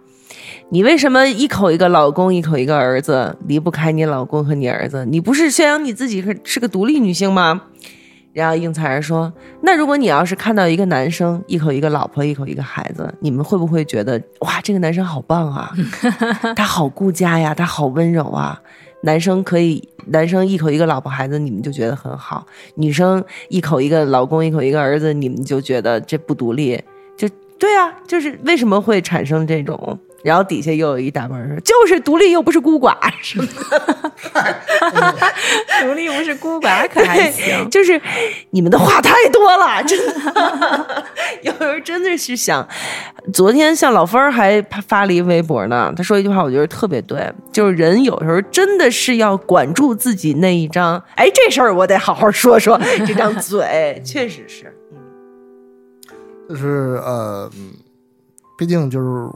Speaker 3: 你为什么一口一个老公，一口一个儿子，离不开你老公和你儿子？你不是宣扬你自己是是个独立女性吗？然后应采儿说：“那如果你要是看到一个男生一口一个老婆，一口一个孩子，你们会不会觉得哇，这个男生好棒啊，他好顾家呀，他好温柔啊？男生可以，男生一口一个老婆孩子，你们就觉得很好；女生一口一个老公，一口一个儿子，你们就觉得这不独立。就对啊，就是为什么会产生这种？然后底下又有一大帮人说，就是独立又不是孤寡， 什么
Speaker 4: 独立不是孤寡，可还行。
Speaker 3: 就是你们的话太多了，真的。 有时候真的是想，昨天像老芬儿还发了一微博呢，他说一句话，我觉得特别对，就是人有时候真的是要管住自己那一张，哎，这事儿我得好好说说，这张嘴确实是，
Speaker 2: 就是呃，嗯毕竟就是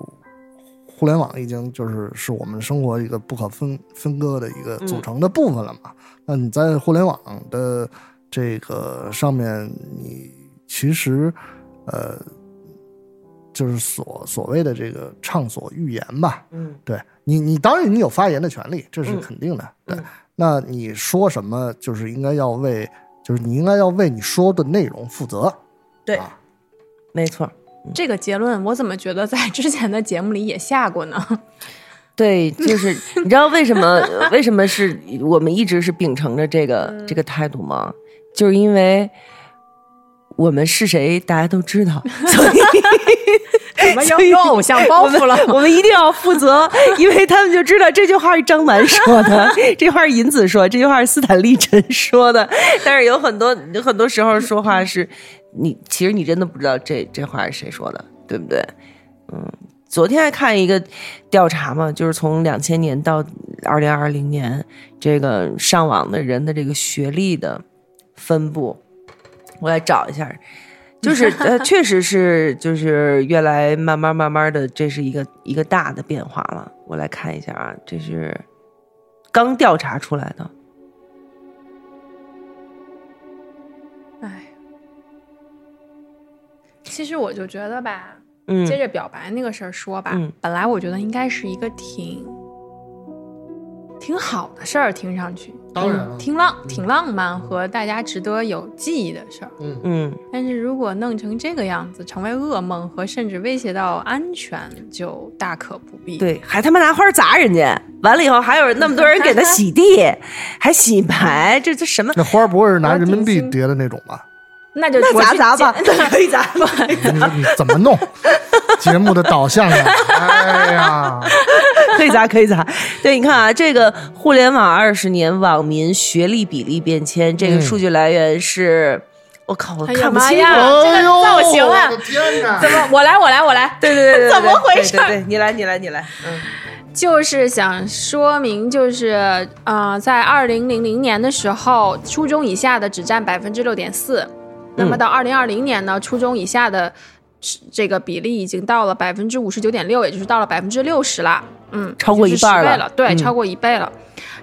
Speaker 2: 互联网已经就是是我们生活一个不可分分割的一个
Speaker 3: 嗯
Speaker 2: 组成的部分了嘛。那你在互联网的这个上面，你其实呃，就是所所谓的这个畅所欲言吧，
Speaker 3: 嗯
Speaker 2: 对你，你当然你有发言的权利，这是
Speaker 3: 嗯
Speaker 2: 肯定的。
Speaker 3: 嗯
Speaker 2: 对，那你说什么，就是应该要为，就是你应该要为你说的内容负责。
Speaker 3: 对
Speaker 2: 啊
Speaker 3: 没错。
Speaker 4: 这个结论我怎么觉得在之前的节目里也下过呢？
Speaker 3: 对，就是你知道为什么为什么是我们一直是秉承着这个、
Speaker 4: 嗯
Speaker 3: 这个态度吗？就是因为我们是谁，大家都知 道，所以
Speaker 4: 怎么有
Speaker 3: 所以
Speaker 4: 有偶像包袱了
Speaker 3: 我们我们一定要负 责，因为他们就知道这句话是张楠说的，这句话是银子说，这句话是斯坦利陈说的。但是有很多很多时候说话是你，其实你真的不知道这这话是谁说的，对不对？嗯昨天还看一个调查嘛，就是从两千年到二零二零年，这个上网的人的这个学历的分布，我来找一下，就是 呃，确实是就是越来慢慢慢慢的，这是一个一个大的变化了。我来看一下啊，这是刚调查出来的，
Speaker 4: 哎其实我就觉得吧，
Speaker 3: 嗯
Speaker 4: 接着表白那个事儿说吧，
Speaker 3: 嗯
Speaker 4: 本来我觉得应该是一个挺挺好的事儿，听上去嗯
Speaker 2: 当然了
Speaker 4: 挺浪挺浪漫和大家值得有记忆的事儿。
Speaker 2: 嗯，
Speaker 3: 嗯，
Speaker 4: 但是如果弄成这个样子，成为噩梦和甚至威胁到安全，就大可不必。，
Speaker 3: 对，还他妈拿花砸人家，完了以后还有那么多人给他洗地，还洗牌，这这什么？
Speaker 2: 那花儿不会是拿
Speaker 4: 我
Speaker 2: 人民
Speaker 4: 挺
Speaker 2: 币
Speaker 4: 心
Speaker 2: 叠的那种吧？
Speaker 4: 那就
Speaker 3: 那
Speaker 4: 我
Speaker 3: 砸
Speaker 4: 去
Speaker 3: 砸吧
Speaker 4: 见，
Speaker 3: 那 可以砸吧。
Speaker 2: 你说你怎么弄？ 节目的导向啊！哎呀，
Speaker 3: 可以砸，可以砸。对，你看啊，这个互联网二十年网民学历比例变迁，这个
Speaker 2: 嗯
Speaker 3: 数据来源是，我靠，我
Speaker 4: 哎呀
Speaker 3: 看不
Speaker 4: 妈
Speaker 3: 清
Speaker 4: 呀
Speaker 3: 楚。
Speaker 4: 这个造型啊
Speaker 2: 我的天哪
Speaker 4: 怎么？我来，我来，我来。
Speaker 3: 对对对对，对
Speaker 4: 怎么回事
Speaker 3: 对对对，你来，你来，你来。嗯
Speaker 4: 就是想说明，就是呃，在二零零零年的时候，初中以下的只占百分之六点四，那么到二零二零年呢，初中以下的这个比例已经到了百分之五十九点六，也就是到了百分之六十了，嗯，
Speaker 3: 超过一半
Speaker 4: 就是10倍
Speaker 3: 了
Speaker 4: 了，对，
Speaker 3: 嗯
Speaker 4: 超过一倍了。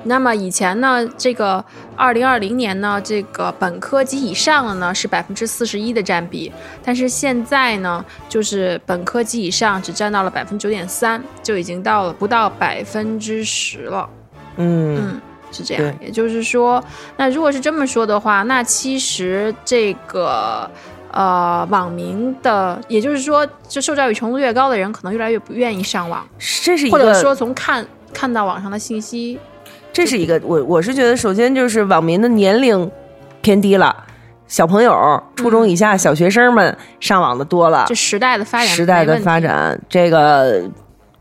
Speaker 4: 那么以前呢，这个二零二零年呢，这个本科及以上的呢是百分之四十一的占比，但是现在呢，就是本科及以上只占到了百分之九点三，就已经到了不到百分之十了。
Speaker 3: 嗯，
Speaker 4: 嗯，是这样。也就是说，那如果是这么说的话，那其实这个呃网民的，也就是说，就受教育程度越高的人，可能越来越不愿意上网，
Speaker 3: 这是一
Speaker 4: 或者
Speaker 3: 个，
Speaker 4: 说从看看到网上的信息，
Speaker 3: 这是一个，我我是觉得，首先就是网民的年龄偏低了，小朋友、初
Speaker 4: 嗯
Speaker 3: 中以下小学生们上网的多了
Speaker 4: 这，时代的发展，
Speaker 3: 啊时代的发。展，这个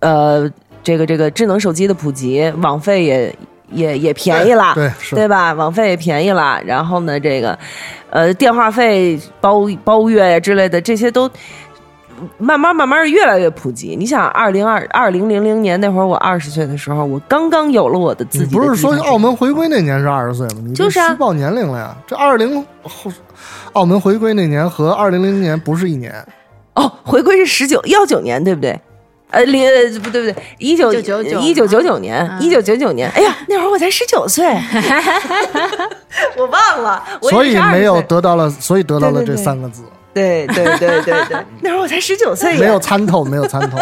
Speaker 3: 呃，这个这个智能手机的普及，网费也也也便宜了，
Speaker 2: 对是
Speaker 3: 对吧？网费也便宜了，然后呢，这个呃，电话费包包月呀之类的，这些都。慢慢慢慢越来越普及。你想，二零二二零零零年那会儿，我二十岁的时候，我刚刚有了我的自
Speaker 2: 你
Speaker 3: 己的
Speaker 2: 不是说
Speaker 3: 地方
Speaker 2: 澳门回归那年是二十岁吗？你这
Speaker 3: 就是啊
Speaker 2: 虚报年龄了呀！这二零后，澳门回归那年和二零零年不是一年，
Speaker 3: 哦，回归是十九幺九年，对不对？呃，零呃不对不对，一九
Speaker 4: 1999
Speaker 3: 一九九九
Speaker 4: 啊
Speaker 3: 年，
Speaker 4: 嗯
Speaker 3: 一九九九年。哎呀，那会儿我才十九 岁，我忘了，我
Speaker 2: 所
Speaker 3: 一
Speaker 2: 以
Speaker 3: 直是
Speaker 2: 没有
Speaker 3: 20岁
Speaker 2: 得到了，所以得到了
Speaker 3: 对对
Speaker 2: 这
Speaker 3: 对
Speaker 2: 三个字，
Speaker 3: 对对对对 对，那会儿我才十九岁呀，
Speaker 2: 没有参透，没有参透。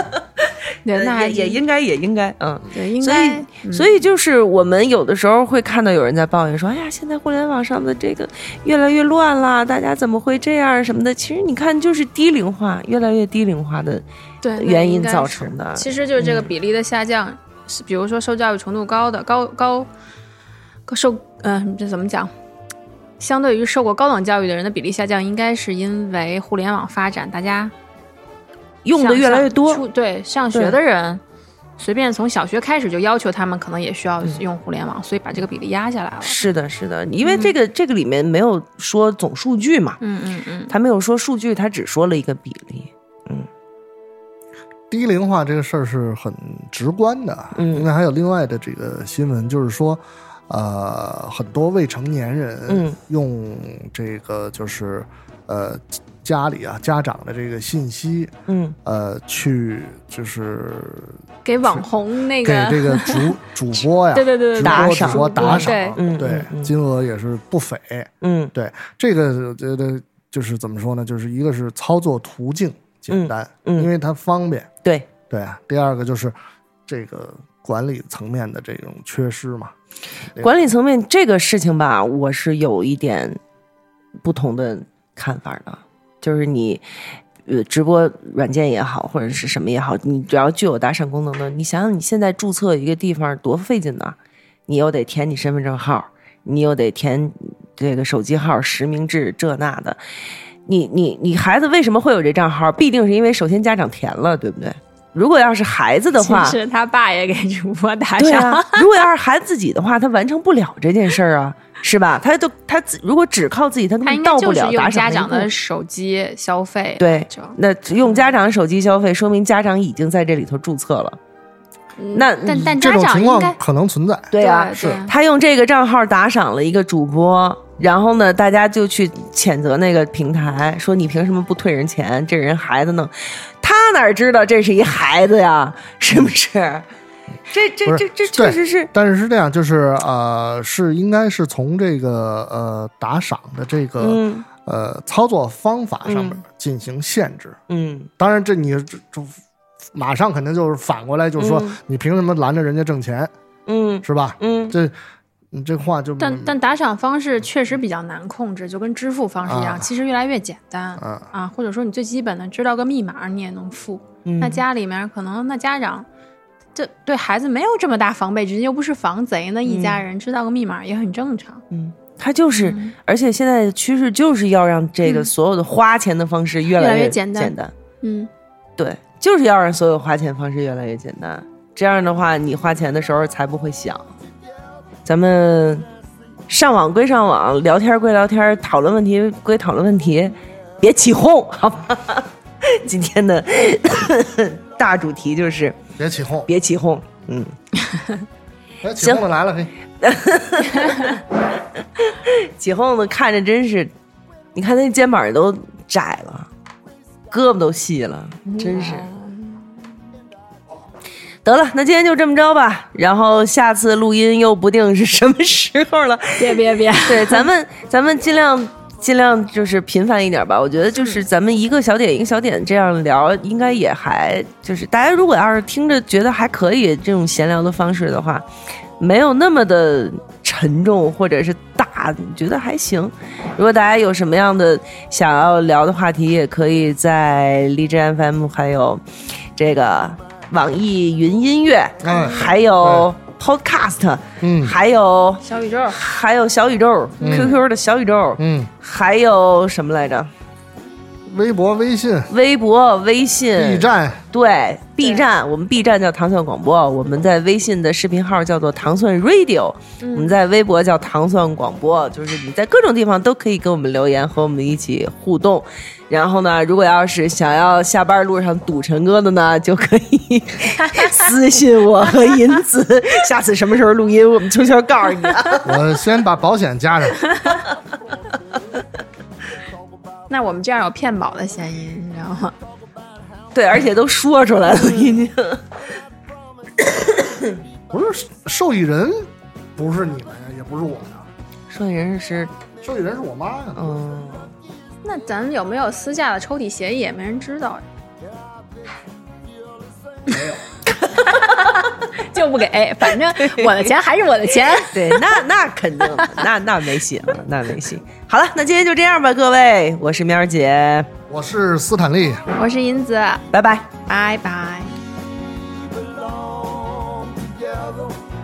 Speaker 4: 对，
Speaker 3: 呃，
Speaker 4: 那还
Speaker 3: 也
Speaker 4: 是嗯
Speaker 3: 也应该也应该，嗯。
Speaker 4: 对，应
Speaker 3: 所
Speaker 4: 该
Speaker 3: 以，所以就是我们有的时候会看到有人在抱怨说：“哎呀，现在互联网上的这个越来越乱了，大家怎么会这样什么的？”其实你看，就是低龄化，越来越低龄化的
Speaker 4: 对嗯那
Speaker 3: 原因
Speaker 4: 应该
Speaker 3: 造
Speaker 4: 是
Speaker 3: 成的
Speaker 4: 其实就是这
Speaker 3: 嗯
Speaker 4: 个比例的下降，是比如说受教育程度高的高高高受嗯、这怎么讲？相对于受过高等教育的人的比例下降，应该是因为互联网发展，大家
Speaker 3: 用的
Speaker 4: 上
Speaker 3: 越来越多
Speaker 4: 上，出对，上学的人随便从小学开始就要求他们可能也需要用互联网，所以把这个比例压下来了。
Speaker 3: 嗯是的，嗯是的，因为这个、这个里面没有说总数据嘛，
Speaker 4: 嗯嗯嗯，
Speaker 3: 他没有说数据，他只说了一个比例。
Speaker 2: 低龄化这个事儿是很直观的，
Speaker 3: 嗯
Speaker 2: 那还有另外的这个新闻，就是说，呃，很多未成年人
Speaker 3: 嗯
Speaker 2: 用这个就是呃家里啊家长的这个信息，
Speaker 3: 嗯，
Speaker 2: 呃，去就是
Speaker 4: 给网红那
Speaker 2: 给
Speaker 4: 个
Speaker 2: 这个主主播呀，
Speaker 4: 对对对对
Speaker 2: 直
Speaker 3: 打
Speaker 2: 播主
Speaker 3: 赏
Speaker 2: 播打赏
Speaker 4: 对，
Speaker 3: 嗯
Speaker 2: 对
Speaker 3: 嗯嗯，
Speaker 2: 金额也是不菲，
Speaker 3: 嗯
Speaker 2: 对这个我觉得就是怎么说呢，就是一个是操作途径简单，
Speaker 3: 嗯嗯
Speaker 2: 因为它方便。
Speaker 3: 对，
Speaker 2: 对啊，第二个就是这个管理层面的这种缺失嘛。对
Speaker 3: 管理层面这个事情吧，我是有一点不同的看法的，就是你。呃，直播软件也好，或者是什么也好，你只要具有打赏功能的，你想想你现在注册一个地方多费劲呐！你又得填你身份证号，你又得填这个手机号、实名制这那的。你你你孩子为什么会有这账号？必定是因为首先家长填了，对不对？如果要是孩子的话，
Speaker 4: 其实他爸也给主播打
Speaker 3: 对
Speaker 4: 赏，
Speaker 3: 啊，如果要是孩子自己的话，他完成不了这件事儿啊，是吧？他都他自如果只靠自己，他根
Speaker 4: 他应
Speaker 3: 本
Speaker 4: 该
Speaker 3: 到不
Speaker 4: 就是
Speaker 3: 了
Speaker 4: 用
Speaker 3: 打赏那
Speaker 4: 家
Speaker 3: 一
Speaker 4: 长的
Speaker 3: 步
Speaker 4: 手机消费。
Speaker 3: 对
Speaker 4: 就。
Speaker 3: 那用家长手机消费，说明家长已经在这里头注册了。那
Speaker 4: 嗯
Speaker 3: 嗯
Speaker 4: 但但
Speaker 2: 嗯这
Speaker 4: 家
Speaker 2: 种
Speaker 4: 长
Speaker 2: 情
Speaker 4: 应
Speaker 2: 况
Speaker 4: 该
Speaker 2: 可能存在，
Speaker 3: 对啊，
Speaker 4: 是
Speaker 3: 他用这个账号打赏了一个主播，然后呢，大家就去谴责那个平台，说你凭什么不退人钱？这人孩子弄，他哪知道这是一孩子呀？ 是不是？这这
Speaker 2: 不
Speaker 3: 这
Speaker 2: 是
Speaker 3: 这
Speaker 2: 对
Speaker 3: 确实是，
Speaker 2: 但是是这样，就是呃，是应该是从这个呃打赏的这个、
Speaker 3: 嗯
Speaker 2: 呃操作方法上面
Speaker 3: 嗯
Speaker 2: 进行限制。
Speaker 3: 嗯
Speaker 2: 当然这你这这马上肯定就是反过来就是说，
Speaker 3: 嗯
Speaker 2: 你凭什么拦着人家挣钱
Speaker 3: 嗯
Speaker 2: 是吧？
Speaker 3: 嗯
Speaker 2: 这你这话就
Speaker 4: 但但打赏方式确实比较难控制，就跟支付方式一样，
Speaker 2: 啊
Speaker 4: 其实越来越简单
Speaker 2: 啊
Speaker 4: 或者说你最基本的知道个密码你也能付。
Speaker 3: 嗯，
Speaker 4: 那家里面可能那家长这对孩子没有这么大防备之心，又不是防贼，那一
Speaker 2: 嗯
Speaker 4: 家人知道个密码也很正常。
Speaker 3: 嗯，他就是，而且现在的趋势就是要让这个
Speaker 4: 嗯
Speaker 3: 所有的花钱的方式越
Speaker 4: 越来
Speaker 3: 越
Speaker 4: 越简单
Speaker 3: 简单，
Speaker 4: 嗯，
Speaker 3: 对，就是要让所有花钱方式越来越简单。这样的话，你花钱的时候才不会想。咱们上网归上网，聊天归聊天，讨论问题归讨论问题，别起哄，好吧？ 今天的 大主题就是
Speaker 2: 别起哄，
Speaker 3: 别起哄。嗯，
Speaker 2: 别起哄的来了，嘿，
Speaker 3: 起哄的看着真是，你看他肩膀都窄了，胳膊都细了，真是。得了，那今天就这么着吧。然后下次录音又不定是什么时候了。
Speaker 4: 别别别，
Speaker 3: 对，咱们咱们尽量尽量就是频繁一点吧。我觉得就是咱们一个小点一个小点这样聊，应该也还就是大家如果要是听着觉得还可以这种闲聊的方式的话，没有那么的沉重或者是大，觉得还行。如果大家有什么样的想要聊的话题，也可以在荔枝 FM 还有这个网易云音乐，
Speaker 2: 哎
Speaker 3: 还有 Podcast，
Speaker 2: 嗯
Speaker 3: 还有
Speaker 4: 小宇宙，
Speaker 3: 还有小宇宙、QQ 的小宇宙，
Speaker 2: 嗯，
Speaker 3: 还有什么来着？
Speaker 2: 微博、微信、
Speaker 3: 微博、微信、
Speaker 2: B 站，
Speaker 3: 对 B 站，我们 B 站叫糖蒜广播，我们在微信的视频号叫做糖蒜 Radio，、我们在微博叫糖蒜广播，就是你在各种地方都可以给我们留言，和我们一起互动。然后呢，如果要是想要下班路上堵陈哥的呢，就可以私信我和银子，下次什么时候录音，我们悄悄告诉你啊。
Speaker 2: 我先把保险加上。
Speaker 4: 那我们这样有骗保的嫌疑，你知道吗？
Speaker 3: 对，而且都说出来了，已经。
Speaker 2: 不是受益人，不是你们呀，也不是我呀，
Speaker 3: 受益人是，
Speaker 2: 受益人是我妈呀。
Speaker 3: 嗯，
Speaker 4: 那咱们有没有私下的抽底协议也没人知 道呀？没有， 就不给，反正我的钱还是我的钱。
Speaker 3: 对，那那肯定的，那那没戏了，那没戏。好了，那今天就这样吧，各位，我是喵儿姐，
Speaker 2: 我是斯坦利。
Speaker 4: 我是银子，
Speaker 3: 拜拜。
Speaker 4: 拜拜。
Speaker 5: belong together.